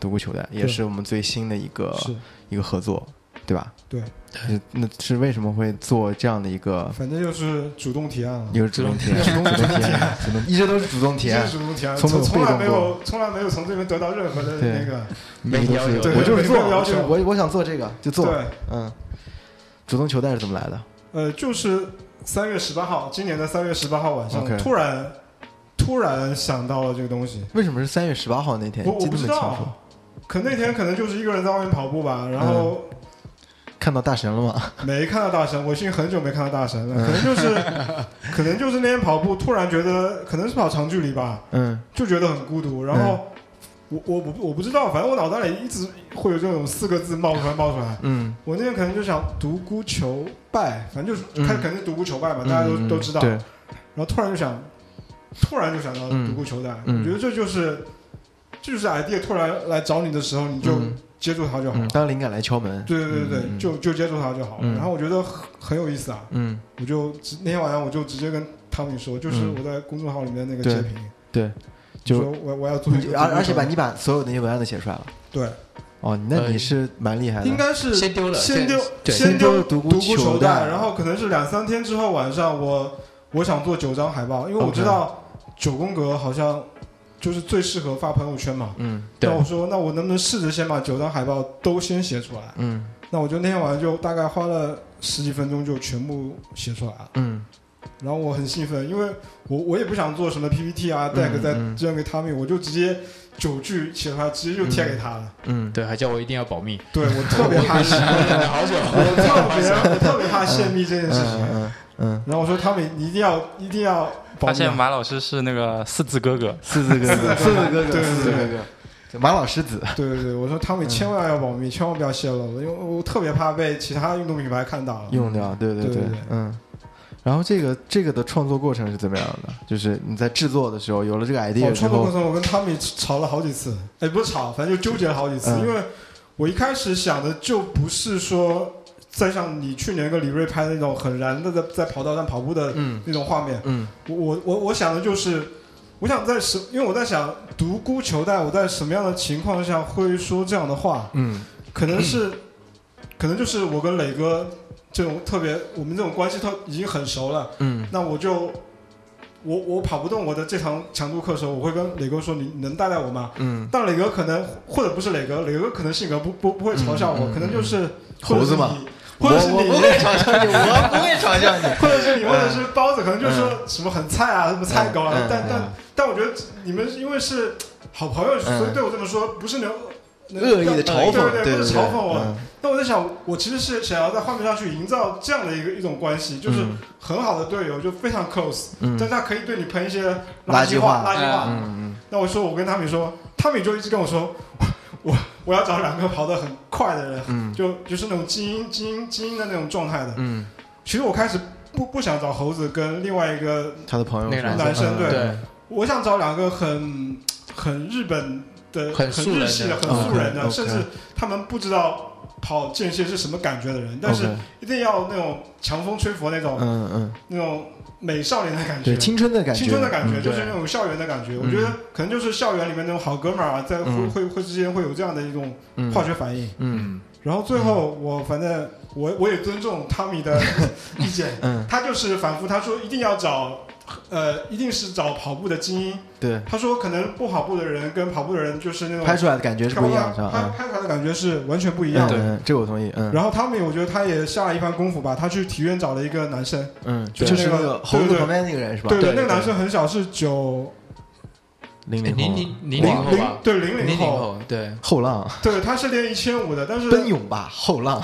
独孤球袋也
对
是我们最新的一个
是
一个合作，对吧？
对
那，那是为什么会做这样的一个？
反正就是主动提案了，
又是主动体验，主动体验，主动一直都是主动体验
这，是主动提案，
从
从
没有
从来
被
没
动过
有从来没有从这边得到任何的
对
那个
没
一直都
要
是
求
我就是
对
做，
没有要求
我我想做这个就做，
对，
嗯。主动球袋是怎么来的？
呃，就是三月十八号，今年的三月十八号晚上
OK
突然突然想到了这个东西，
为什么是三月十八号那天？
我
记得
我不
那么
知
清楚。
道，啊可那天可能就是一个人在外面跑步吧，
嗯
然后
看到大神了吗？
没看到大神，我已经很久没看到大神了，
嗯
可
[laughs]
能就是可能就是那天跑步，突然觉得可能是跑长距离吧， [laughs]
嗯
就觉得很孤独，然后。我我我我不知道，反正我脑袋里一直会有这种四个字冒出来冒出来。
嗯，
我那天可能就想独孤求败，反正就是
嗯
他肯定是独孤求败嘛，大家都
嗯
都知道。
对，
然后突然就想，突然就想到
嗯
独孤求败，
嗯
我觉得这就是这就是 idea 突然来找你的时候，你就
嗯
接住它就好了。
嗯，当灵感来敲门。
对对对对，
嗯嗯
就就接住它就好了。
嗯
然后我觉得很很有意思啊，
嗯，
我就直那天晚上我就直接跟汤米说，就是我在公众号里面那个
对
截屏，
对，就
说我我要做一个
而而且把你把所有的那些文案都写出来了。
对，
哦，那
呃
你是蛮厉害的，
应该是
先丢了
先丢
对
先
丢
丢独孤
独
求
求
带
然后可能是两三天之后晚上我我想做九张海报，因为我
OK
知道九宫格好像就是最适合发朋友圈嘛。
嗯
对
那我说，那我能不能试着先把九张海报都先写出来？
嗯
那我就那天晚上就大概花了十几分钟就全部写出来了。
嗯
然后我很兴奋，因为我我也不想做什么 PPT 啊、
嗯
deck 再
嗯
扔给他们，我就直接九句写出来，直接就贴给他了。
嗯，
对，还叫我一定要保密，
对我特别
[laughs]
怕泄，
好久。
我特别我特别怕泄密这件事情。
嗯嗯，
然后我说他们你一定要一定要
发
保密
现
啊，
马老师是那个四字哥哥，
四字哥哥，四字哥哥，
对
四字哥哥，马老师子，
对对对，我说他
嗯
们千万要保密，千万不要泄露，因为我特别怕被其他运动品牌看到了。哦
用掉，对对
对对对
嗯。然后这个这个的创作过程是怎么样的？就是你在制作的时候有了这个
我
idea 之
哦创作过
后，
程，我跟汤米吵了好几次，哎，不是吵，反正就纠结了好几次。
嗯
因为我一开始想的就不是说再像你去年跟李锐拍的那种很燃的在在跑道上跑步的
嗯
那种画面，
嗯
我我我我想的就是，我想在什，因为我在想独孤求带，我在什么样的情况下会说这样的话？
嗯
可能是，可能就是我跟磊哥这种特别，我们这种关系特已经很熟了。
嗯
那我就我我跑不动我的这堂强度课的时候，我会跟磊哥说：“你能带带我吗
嗯？”，
但磊哥可能或者不是磊哥，磊哥可能性格不不不会嘲笑我，
嗯嗯
可能就是
猴子嘛，
或者是你，或者是你，
嘲笑你，我不会嘲笑你。
或者是你，或者是包子，可能就说什么很菜啊，什么菜狗啊。
嗯嗯嗯
但但
嗯
但我觉得你们是因为是好朋友，
嗯
所以对我这么说不是能
[laughs]
呃
恶意的嘲讽，
对
对
不是嘲讽我。
嗯
那我在想，我其实是想要在画面上去营造这样的一个一种关系，就是
嗯
很好的队友，就非常 close，、
嗯
但是他可以对你喷一些
垃圾
圾
话
垃圾话。
嗯
那我说，我跟汤米说，汤米就一直跟我说，我我我要找两个跑得很快的人，
嗯
就就是那种精英精英精英的那种状态的。
嗯，
其实我开始不不想找猴子跟另外一个
他的朋友嗯
那个
是吧
男生对
对，
我想找两个很很日本的、
很素人的
日系很
嗯
素人的，
OK，OK
甚至他们不知道跑间歇是什么感觉的人，但是哦
OK，
一定要那种强风吹拂那种、
嗯嗯，
那种美少年的感觉
对，。青春的感觉，
青春的感觉，
嗯
就是
对
那种校园的感觉。
嗯
我觉得可能就是校园里面那种好哥们儿啊，在会
嗯
会会之间会有这样的一种
嗯
化学反应。
嗯
嗯，
然后最后我反正我我也尊重汤
[laughs]
米的意见，
嗯，
他就是反复他说一定要找，呃，一定是找跑步的精英，
对，
他说可能不跑步的人跟跑步的人就是那种
拍出来的感觉是不一样，是吧？
拍
嗯
拍出来的感觉是完全不一样
嗯，
的。
嗯这个我同意。嗯，
然后汤米，我觉得他也下了一番功夫吧，他去体院找了一个男生，
嗯，
对
就是那
那
个
个
猴子
对对
旁边那个人是吧？
对
对
那个
对
男生很小，是九
零
哎
零
零
后
零零零后啊
零
吧，
对零
零零
后，
后，对，
后浪
对，他是练一千五的，但
奔
是
涌吧，后浪。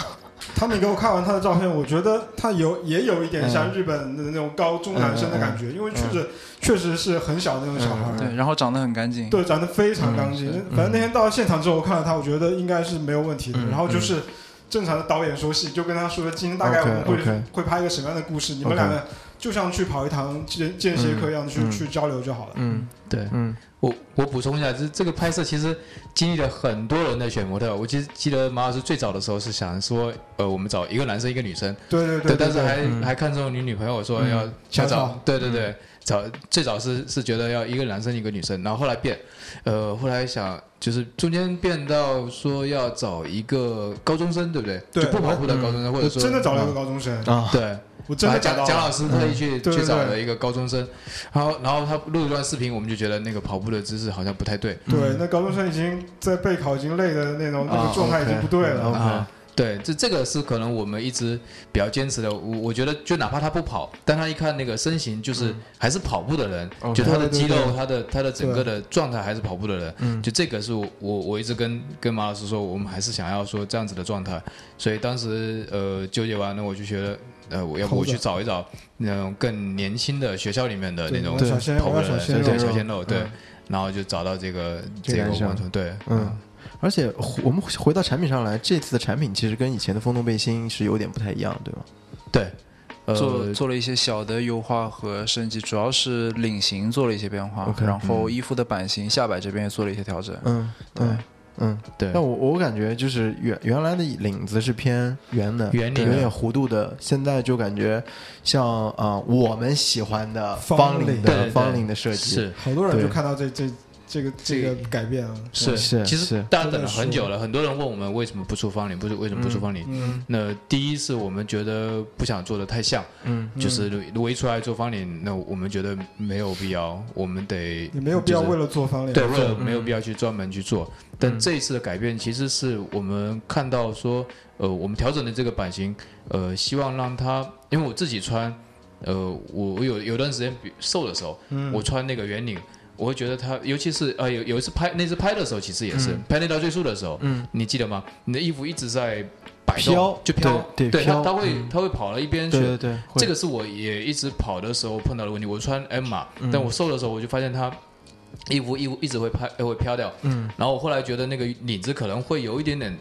汤米给我看完他的照片，我觉得他有也有一点
嗯
像日本的那种高中男生的感觉，因为确实确实是很小的那种小孩
嗯
儿，
对，然后长得很干净，
对，长得非常干净。
嗯是
反正那天到了现场之后，我看了他，我觉得应该是没有问题的。
嗯
然后就是正常的导演说戏，就跟他说今天大概我
OK，
们会
OK
会拍一个什么样的故事，你
OK
们两个就像去跑一堂间间歇课一样的去、
嗯
去交流就好了。
嗯
对
嗯
我我补充一下，这这个拍摄其实经历了很多人的选模特。我记记得马老师最早的时候是想说，呃，我们找一个男生一个女生，
对对对，
但是还、
嗯
还看中你女朋友说
嗯
要、
想找
要找，对对
嗯
对，找最早是是觉得要一个男生一个女生，然后后来变，呃，后来想就是中间变到说要找一个高中生，对不对？
对
就不保护的高中生，或
我
者说
真的找了一个高中生，
啊，
对。
我 [laughs] 真的找
蒋
到
蒋
了。
老师特意
对
去、
对
去找了一个高中生，然后然后他录一段视频，我们就觉得那个跑步的姿势好像不太对
对，那高中生已经在备考已经累的那种、那
啊
个状态已经
OK，
不对了。
OK
啊。对，这这个是可能我们一直比较坚持的。我我觉得，就哪怕他不跑，但他一看那个身形，就是还是跑步的人，
OK
就他
嗯
的
哦对对
肌肉、
对嗯
他的他的整个的状态还是跑步的人。嗯就这个是我我我一直跟跟马老师说，我们还是想要说这样子的状态。所以当时呃纠结完了，我就觉得呃，我要不我
猴子
去找一找那种更年轻的学校里面的
对
那种
我要小鲜肉，
跑
我
步
要
的
小
人
鲜
对
肉，
小鲜肉，对
嗯，
然后就找到这个
这
这
个
个
男生
完成，对，
嗯，而且回我们回到产品上来，这次的产品其实跟以前的风洞背心是有点不太一样，对吧？
对，
做
呃，
做了一些小的优化和升级，主要是领型做了一些变化
OK，
然后衣服的版型、下摆这边也做了一些调整。
嗯，
对
嗯嗯。
对
但，我我感觉就是原原来的领子是偏圆的，
圆领
有
的
点弧度的，现在就感觉像啊、呃我们喜欢的
方
方
领
领
对对
的
对
方领的设计，
是
好多人
对
就看到这这这个这个改变啊，
是
是
其实
是
大家等了很久了，很多人问我们为什么不出方领，不是为什么不出方领？
嗯
那第一是我们觉得不想做的太像，
嗯，
就是如果一出来做方领，那我们觉得没有必要，我们得
也没有必要
就是
为了做方脸，
对，为了
嗯
没有必要去专门去做。但这一次的改变，其实是我们看到说，呃，我们调整的这个版型，呃，希望让它，因为我自己穿，呃，我我有有段时间比瘦的时候，
嗯
我穿那个圆领。我会觉得它，尤其是呃有有一次拍那次拍的时候，其实也是、拍那条追溯的时候，嗯，你记得吗？你的衣服一直在摆动，
飘
就飘，
对对
它
飘嗯
它会、它会跑到一边去，
对对对，会
嗯这个是我也一直跑的时候碰到的问题。我穿 M 码，但我瘦的时候我就发现它衣服衣服一直会拍呃会飘掉。嗯，然后我后来觉得那个领子可能会有一点点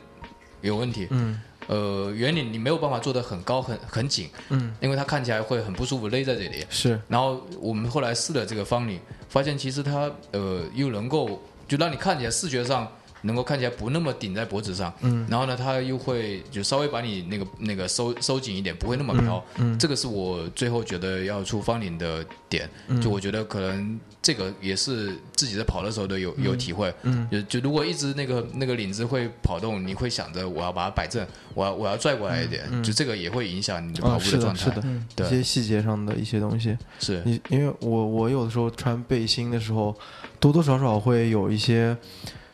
有问题。嗯，呃，圆领你没有办法做的很高很很紧。嗯，因为它看起来会很不舒服，勒在这里。
是
然后我们后来试了这个方领，发现其实它呃又能够就让你看起来视觉上能够看起来不那么顶在脖子上，嗯，然后呢它又会就稍微把你那个那个收收紧一点，不会那么飘，嗯，这个是我最后觉得要出方领的点，
嗯
就我觉得可能这个也是自己在跑的时候的有有体会，嗯，就就如果一直那个那个领子会跑动，你会想着我要把它摆正，我要我要拽过来一点，就这个也会影响你的跑
啊，
步
是
状
的，嗯
态，
是的，
嗯
对
一些细节上的一些东西。
是
你因为我我有的时候穿背心的时候，多多少少会有一些，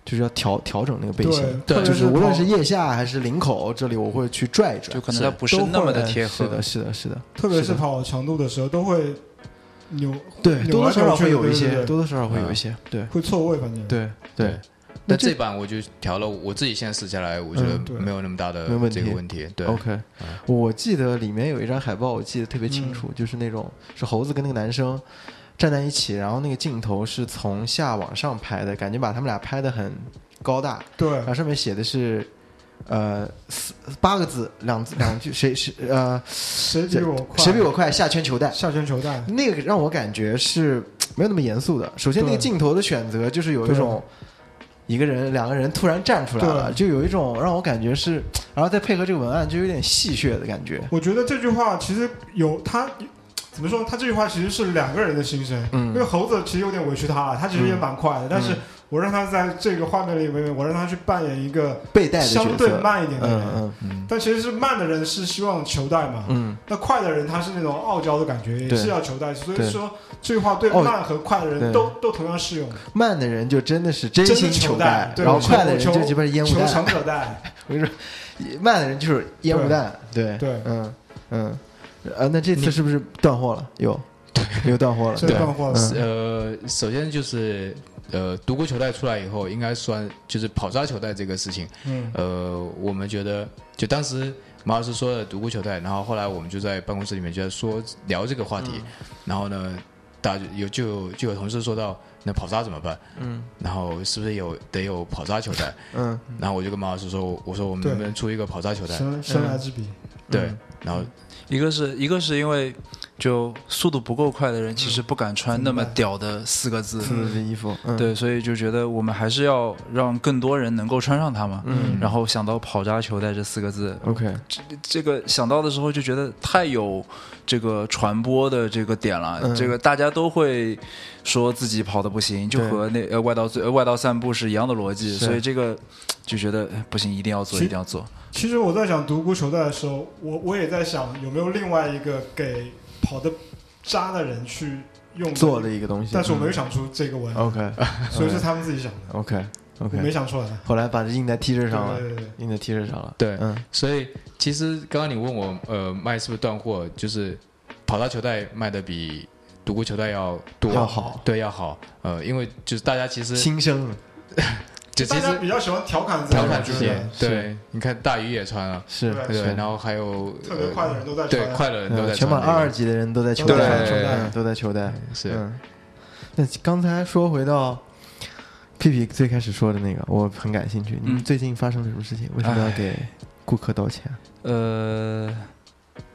就是要调调整那个背心。
对
特别
就是无论是
跑
腋下还是领口，这里我会去拽一拽，
就可能
是
它不是那么的贴合
哎是。的，是的，是的，
特别
是
是
的
跑长度的时候都会扭，
对，多
扭
多
来
少
扭
少
去
会有
对
一
对
些，
对
多多少少会有一些，对，
会错位，反正
对，对，那
但
这
这版我就调了，我自己现在试下来，我觉得
嗯
对
没有那么大的
没问题
这个问题。对，
OK，我
嗯
记得里面有一张海报，我记得特别清楚，就是那种是猴子跟那个男生站在一起，然后那个镜头是从下往上拍的，感觉把他们俩拍的很高大，
对
然后上面写的是。呃，四八个字，两
[laughs]
字两句，谁谁呃，
谁比我快？
谁比我嗯快？下圈球带，
下圈球带？
那个让我感觉是没有那么严肃的。首先，那个
对
镜头的选择就是有一种一个人、两个人突然站出来了，就有一种让我感觉是，然后再配合这个文案，就有点戏谑的感觉。
我觉得这句话其实有他。怎么说？他这句话其实是两个人的心声，
嗯
因为猴子其实有点委屈他啊了，他其实也蛮快的，但是我让他在这个画面里面，我让他去扮演一个
被带的角
相对
色，
慢一点的人，
嗯嗯
但其实是慢的人是希望球带嘛，
嗯，
那快的人他是那种傲娇的感觉，也
对
是要球带，所
对
以说这句话对
哦
慢和快的人
对
都都同样适用。
慢的人就真的是真
真
心
的
求
球带，对
然后
球
快的人
球
就鸡巴是烟雾
球
弹
长。可带，
我跟你说，慢的人就是烟雾弹。对
对
嗯嗯，呃，那这次是不是断货了？有，有断货了。
这段话
嗯
呃，首先就是呃，独孤球带出来以后，应该算就是跑抓球带这个事情。
嗯，
呃，我们觉得就当时马老师说了独孤球带，然后后来我们就在办公室里面就在说聊这个话
嗯
题，然后呢，大家有就有就有同事说到那跑渣怎么办？嗯，然后是不是有得有跑渣球带？
嗯，
然后我就跟马老师说，我说我们
对
能不能出一个跑渣球带？
生
嗯
生来之笔，
对，嗯然后
一个是一个是因为就速度不够快的人，其实不敢穿那么屌的四个字，
四个字衣服，嗯，
对，所以就觉得我们还是要让更多人能够穿上它嘛。
嗯
然后想到“跑渣球带”这四个字，
，OK，
这个想到的时候就觉得太有这个传播的这个点了，
嗯
这个大家都会说自己跑的不行，就
对
和那呃外道最呃外道散步是一样的逻辑，
是
所以这个就觉得哎不行，一定要做，
其
一定要做。
其实我在想独孤求带的时候，我我也在想有没有另外一个给跑的渣的人去用
做的
的，
一个东西。嗯
但是我没有想出这个文案，
OK [laughs]
所以是他们自己想的，
OK
我没
OK，
想出来。
后来把这印在 T 恤
对
上了，
对对对，
印在 T 恤上了。
对
嗯，
所以其实刚刚你问我，呃，卖是不是断货？就是跑道球带卖的比独孤球带要多，
要好，
对，要好。呃，因为就是大家其实
新生
就其
大
实
家比较喜欢调侃自己，
调侃自己
我觉得，
对，你看大鱼也穿了，
是
对
对，
是
然后还有
特别快的人都在
呃
传
对，快的人都
嗯
在
全马
穿这个
二二级的人都在求
对
带，
对
嗯都在求带。
是
嗯，那刚才说回到。屁屁最开始说的那个，我很感兴趣。你们
嗯
最近发生了什么事情？为什么要给顾客道歉？
呃，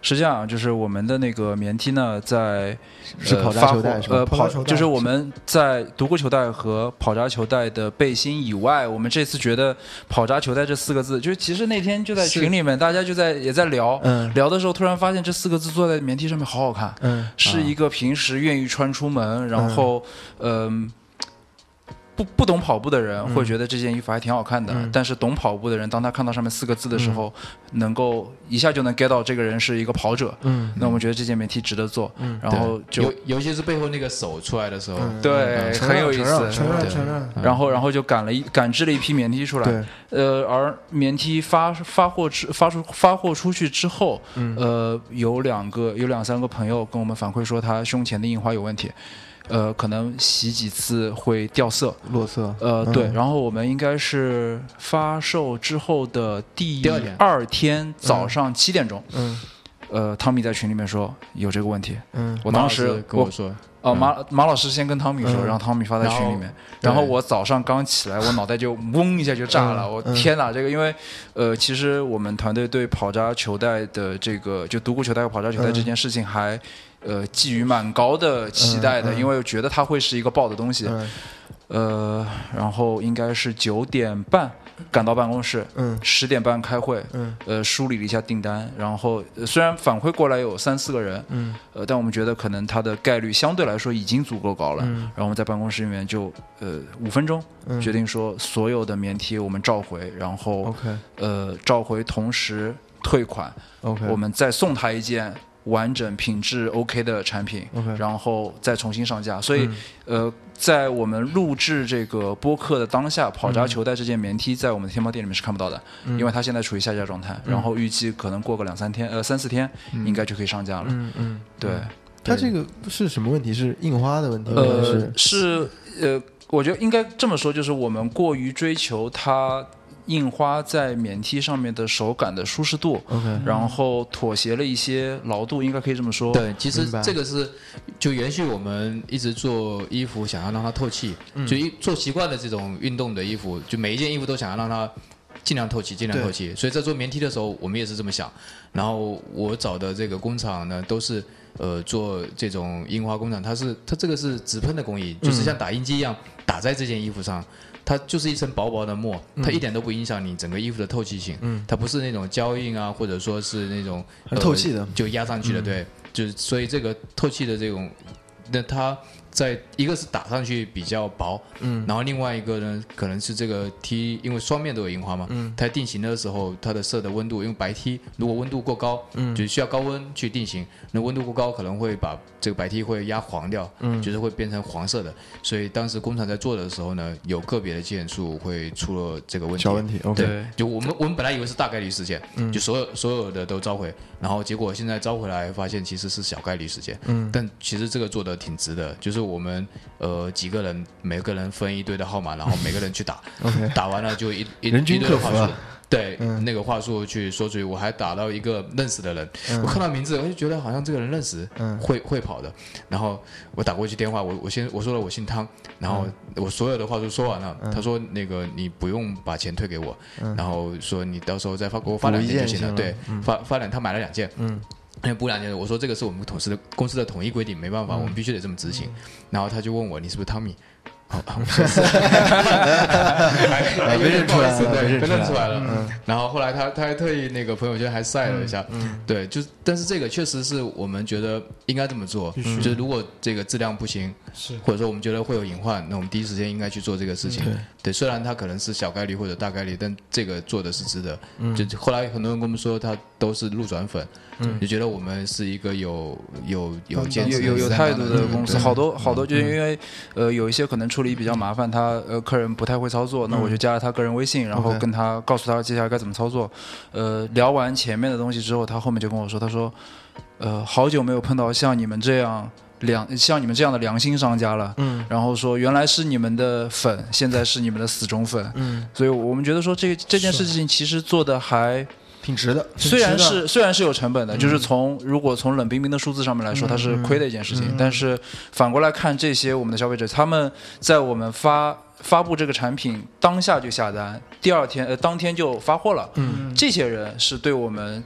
是这样，就是我们的那个棉 T 呢，在
是
呃
跑
发
渣球带
货
是
呃
吧？
跑
跑
渣球带
就是我们在独孤球带和跑渣球带的背心以外，我们这次觉得“跑渣球带”这四个字，就是其实那天就在群里面，大家就在也在聊，
嗯
聊的时候突然发现这四个字做在棉 T 上面好好看，
嗯
是一个平时愿意穿出门，然后嗯。呃不不懂跑步的人
嗯
会觉得这件衣服还挺好看的，但是懂跑步的人，当他看到上面四个字的时
嗯
候，能够一下就能 get 到这个人是一个跑者。
嗯，
那我们觉得这件棉 T 值得做，
嗯
然后就
尤尤其是背后那个手出来的时候，
对
嗯承
很
认
有意思，
承认
对
承认
然后然后就赶了一赶制了一批棉 T 出来，
承认，
呃，而棉 T 发发货之发出发货出去之后，
嗯
嗯
呃，有两个有两三个朋友跟我们反馈说他胸前的印花有问题，呃，可能洗几次会掉色，
对，落色，
呃，
嗯
对，然后我们应该是发售之后的第
第二天
二天早上七点钟，
嗯
呃，汤米在群里面说有这个问题，
嗯
我
马
当
老
时
师跟我说，
哦，
嗯
马马老师先跟汤米说，
嗯
让汤米发在群里面。
然
然
后
后我早上刚起来，我脑袋就嗡一下就炸了。
嗯
我
嗯
天哪，这个因为呃，其实我们团队对跑渣球带的这个就独孤球带和跑渣球带
嗯
这件事情还呃寄予蛮高的期待的，
嗯嗯
因为我觉得它会是一个爆的东西。
嗯
呃，然后应该是九点半赶到办公室，
嗯
十点半开会，
嗯
呃，梳理了一下订单，然后、呃虽然反馈过来有三四个人，
嗯，
呃，但我们觉得可能它的概率相对来说已经足够高了。
嗯
然后我们在办公室里面就呃五分钟、
嗯哦
决定说所有的棉 T 我们召回，然后、
，OK
呃召回同时退款，
OK，
我们再送他一件完整品质 OK 的产品
OK
然后再重新上架。所以、
嗯
呃，在我们录制这个播客的当下，
嗯
跑渣球带这件棉 T 在我们的天猫店里面是看不到的，因为它现在处于下架状态。
嗯
然后预计可能过个两三天，呃三四天、应该就可以上架了。
嗯嗯，
对，
它这个是什么问题？是印花的问题吗？还
呃
是，
是呃，我觉得应该这么说，就是我们过于追求它印花在棉 T 上面的手感的舒适度，
OK，
然后妥协了一些牢度，应该可以这么说。
对，其实
明白
这个是就延续我们一直做衣服，想要让它透气，就一做习惯了这种运动的衣服，就每一件衣服都想要让它尽量透气，尽量透气。所以在做棉 T 的时候，我们也是这么想。然后我找的这个工厂呢，都是呃做这种印花工厂，它是它这个是直喷的工艺，就是像打印机一样打在这件衣服上。它就是一层薄薄的墨，它一点都不影响你整个衣服的透气性。嗯，它不是那种胶印啊，或者说是那种
很透气
呃
的
呃就压上去了。对，就是所以这个透气的这种，那它在一个是打上去比较薄，嗯，然后另外一个呢，可能是这个 T，因为双面都有印花嘛，嗯，它定型的时候，它的色的温度，因为白 T 如果温度过高，嗯，就是需要高温去定型，那温度过高可能会把这个白 T 会压黄掉，嗯，就是会变成黄色的，所以当时工厂在做的时候呢，有个别的件数会出了这个问题，
小问题，OK，嗯
对，就我们我们本来以为是大概率事件，就所有所有的都召回，然后结果现在召回来发现其实是小概率事件，嗯，但其实这个做的挺值得，就是我们呃几个人每个人分一堆的号码，然后每个
[laughs]
人去打
OK
[laughs] 打完了就一一
人均
一堆的
克服
话术
啊。
对，
嗯
那个话术去说出去，我还打到一个认识的人，我看到名字我就觉得好像这个人认识，
嗯
会会跑的。然后我打过去电话，我我先我说了我姓汤，然后我所有的话都说完了，他说那个你不用把钱退给我，然后说你到时候再发给我发两件就行了，
补一件
对，发发两他买了两件，嗯。补两件，我说这个是我们同事的公司的统一规定，没办法，我们必须得这么执行。然后他就问我你是不是汤米？哦， [laughs] 啊我说是，哎
被认出来了
有点不好意思对
被
被
认
认
出
出来了。然后后来他他还特意那个朋友圈还晒了一下，对，就是但是这个确实是我们觉得应该这么做，
必须
就是如果这个质量不行，
是
或者说我们觉得会有隐患，那我们第一时间应该去做这个事情。
对
对，虽然它可能是小概率或者大概率，但这个做的是值得。
嗯
就后来很多人跟我们说，他都是路转粉，就觉得我们是一个有有有坚
嗯有
持
有有
担
态
当
度
人
的公司，
嗯对
好多好多，就是因为呃有一些可能处理比较麻烦，他呃客人不太会操作，那我就加了他个人微信，然后
OK
跟他告诉他接下来该怎么操作。呃，聊完前面的东西之后，他后面就跟我说，他说，呃，好久没有碰到像你们这样。良像你们这样的良心商家了，嗯，然后说原来是你们的粉，现在是你们的死忠粉，嗯，所以我们觉得说这这件事情其实做的还
挺值嗯的，
虽然是虽然是有成本的，就是从如果从冷冰冰的数字上面来说，它是
嗯
亏的一件事情。但是反过来看，这些我们的消费者，他们在我们发发布这个产品当下就下单，第二天呃当天就发货了，
嗯
这些人是对我们。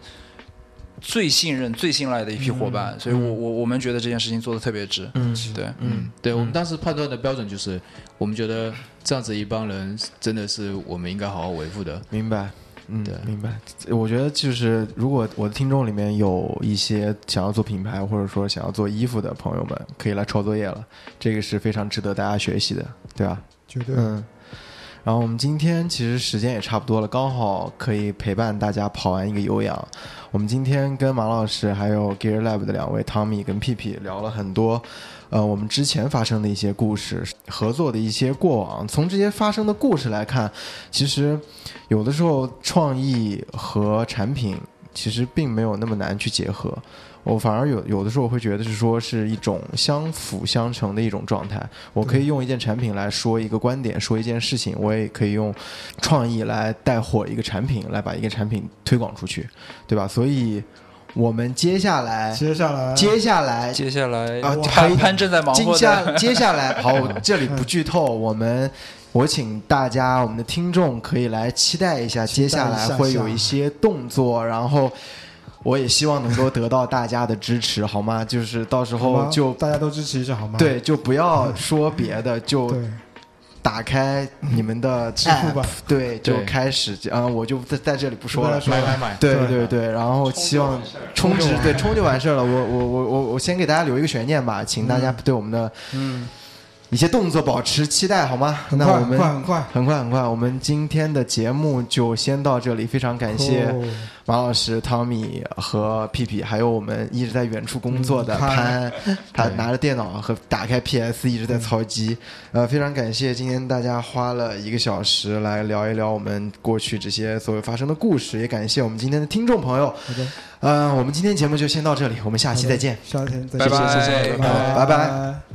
最信任、最信赖的一批伙伴，所以我我我们觉得这件事情做的特别值，
嗯
对，
嗯，对我们当时判断的标准就是，我们觉得这样子一帮人真的是我们应该好好维护的。
明白，嗯，
对
明白。我觉得就是，如果我的听众里面有一些想要做品牌或者说想要做衣服的朋友们，可以来抄作业了，这个是非常值得大家学习的，对吧？
就
绝对。
嗯，然后我们今天其实时间也差不多了，刚好可以陪伴大家跑完一个有氧。我们今天跟马老师还有 Gear Lab 的两位汤米跟屁屁聊了很多，呃，我们之前发生的一些故事，合作的一些过往。从这些发生的故事来看，其实有的时候创意和产品其实并没有那么难去结合。我反而有有的时候我会觉得是说是一种相辅相成的一种状态。我可以用一件产品来说一个观点，说一件事情，我也可以用创意来带火一个产品，来把一个产品推广出去，对吧？所以我们接下来
接下来
接下来
接下来
啊，还
潘潘正在忙
接
活
下
[laughs] 的，
接下来，好，我这里不剧透，我
[laughs]
们我请大家，我们的听众可以来期待一下，接下来会有一些动作，然后。我也希望能够得到大家的支持，好吗？就是到时
好
候
吗
就
大家都支持一下好吗？
对，就不要说别的，就
对，
打开你们的
支付宝
app，对，就
对
开始啊、我就在在这里不说
不
了
要。说了，
买，
对
对
对对，然后希望充值对充就完事儿了。我我我我我先给大家留一个悬念吧，请大家对我们的
嗯，
一些动作保持期待，好吗？
很
那
快
我
很
们
快很快，
很快很快，我们今天的节目就先到这里，非常感谢
哦
马老师、汤米和屁屁，还有我们一直在远处工作的
嗯
潘，他拿着电脑和打开 PS 一直在操机。呃，非常感谢今天大家花了一个小时来聊一聊我们过去这些所有发生的故事，也感谢我们今天的听众朋友。
好的
呃，我们今天节目就先到这里，我们下期再见。
下天再
拜
见，
拜
拜
拜
拜
拜。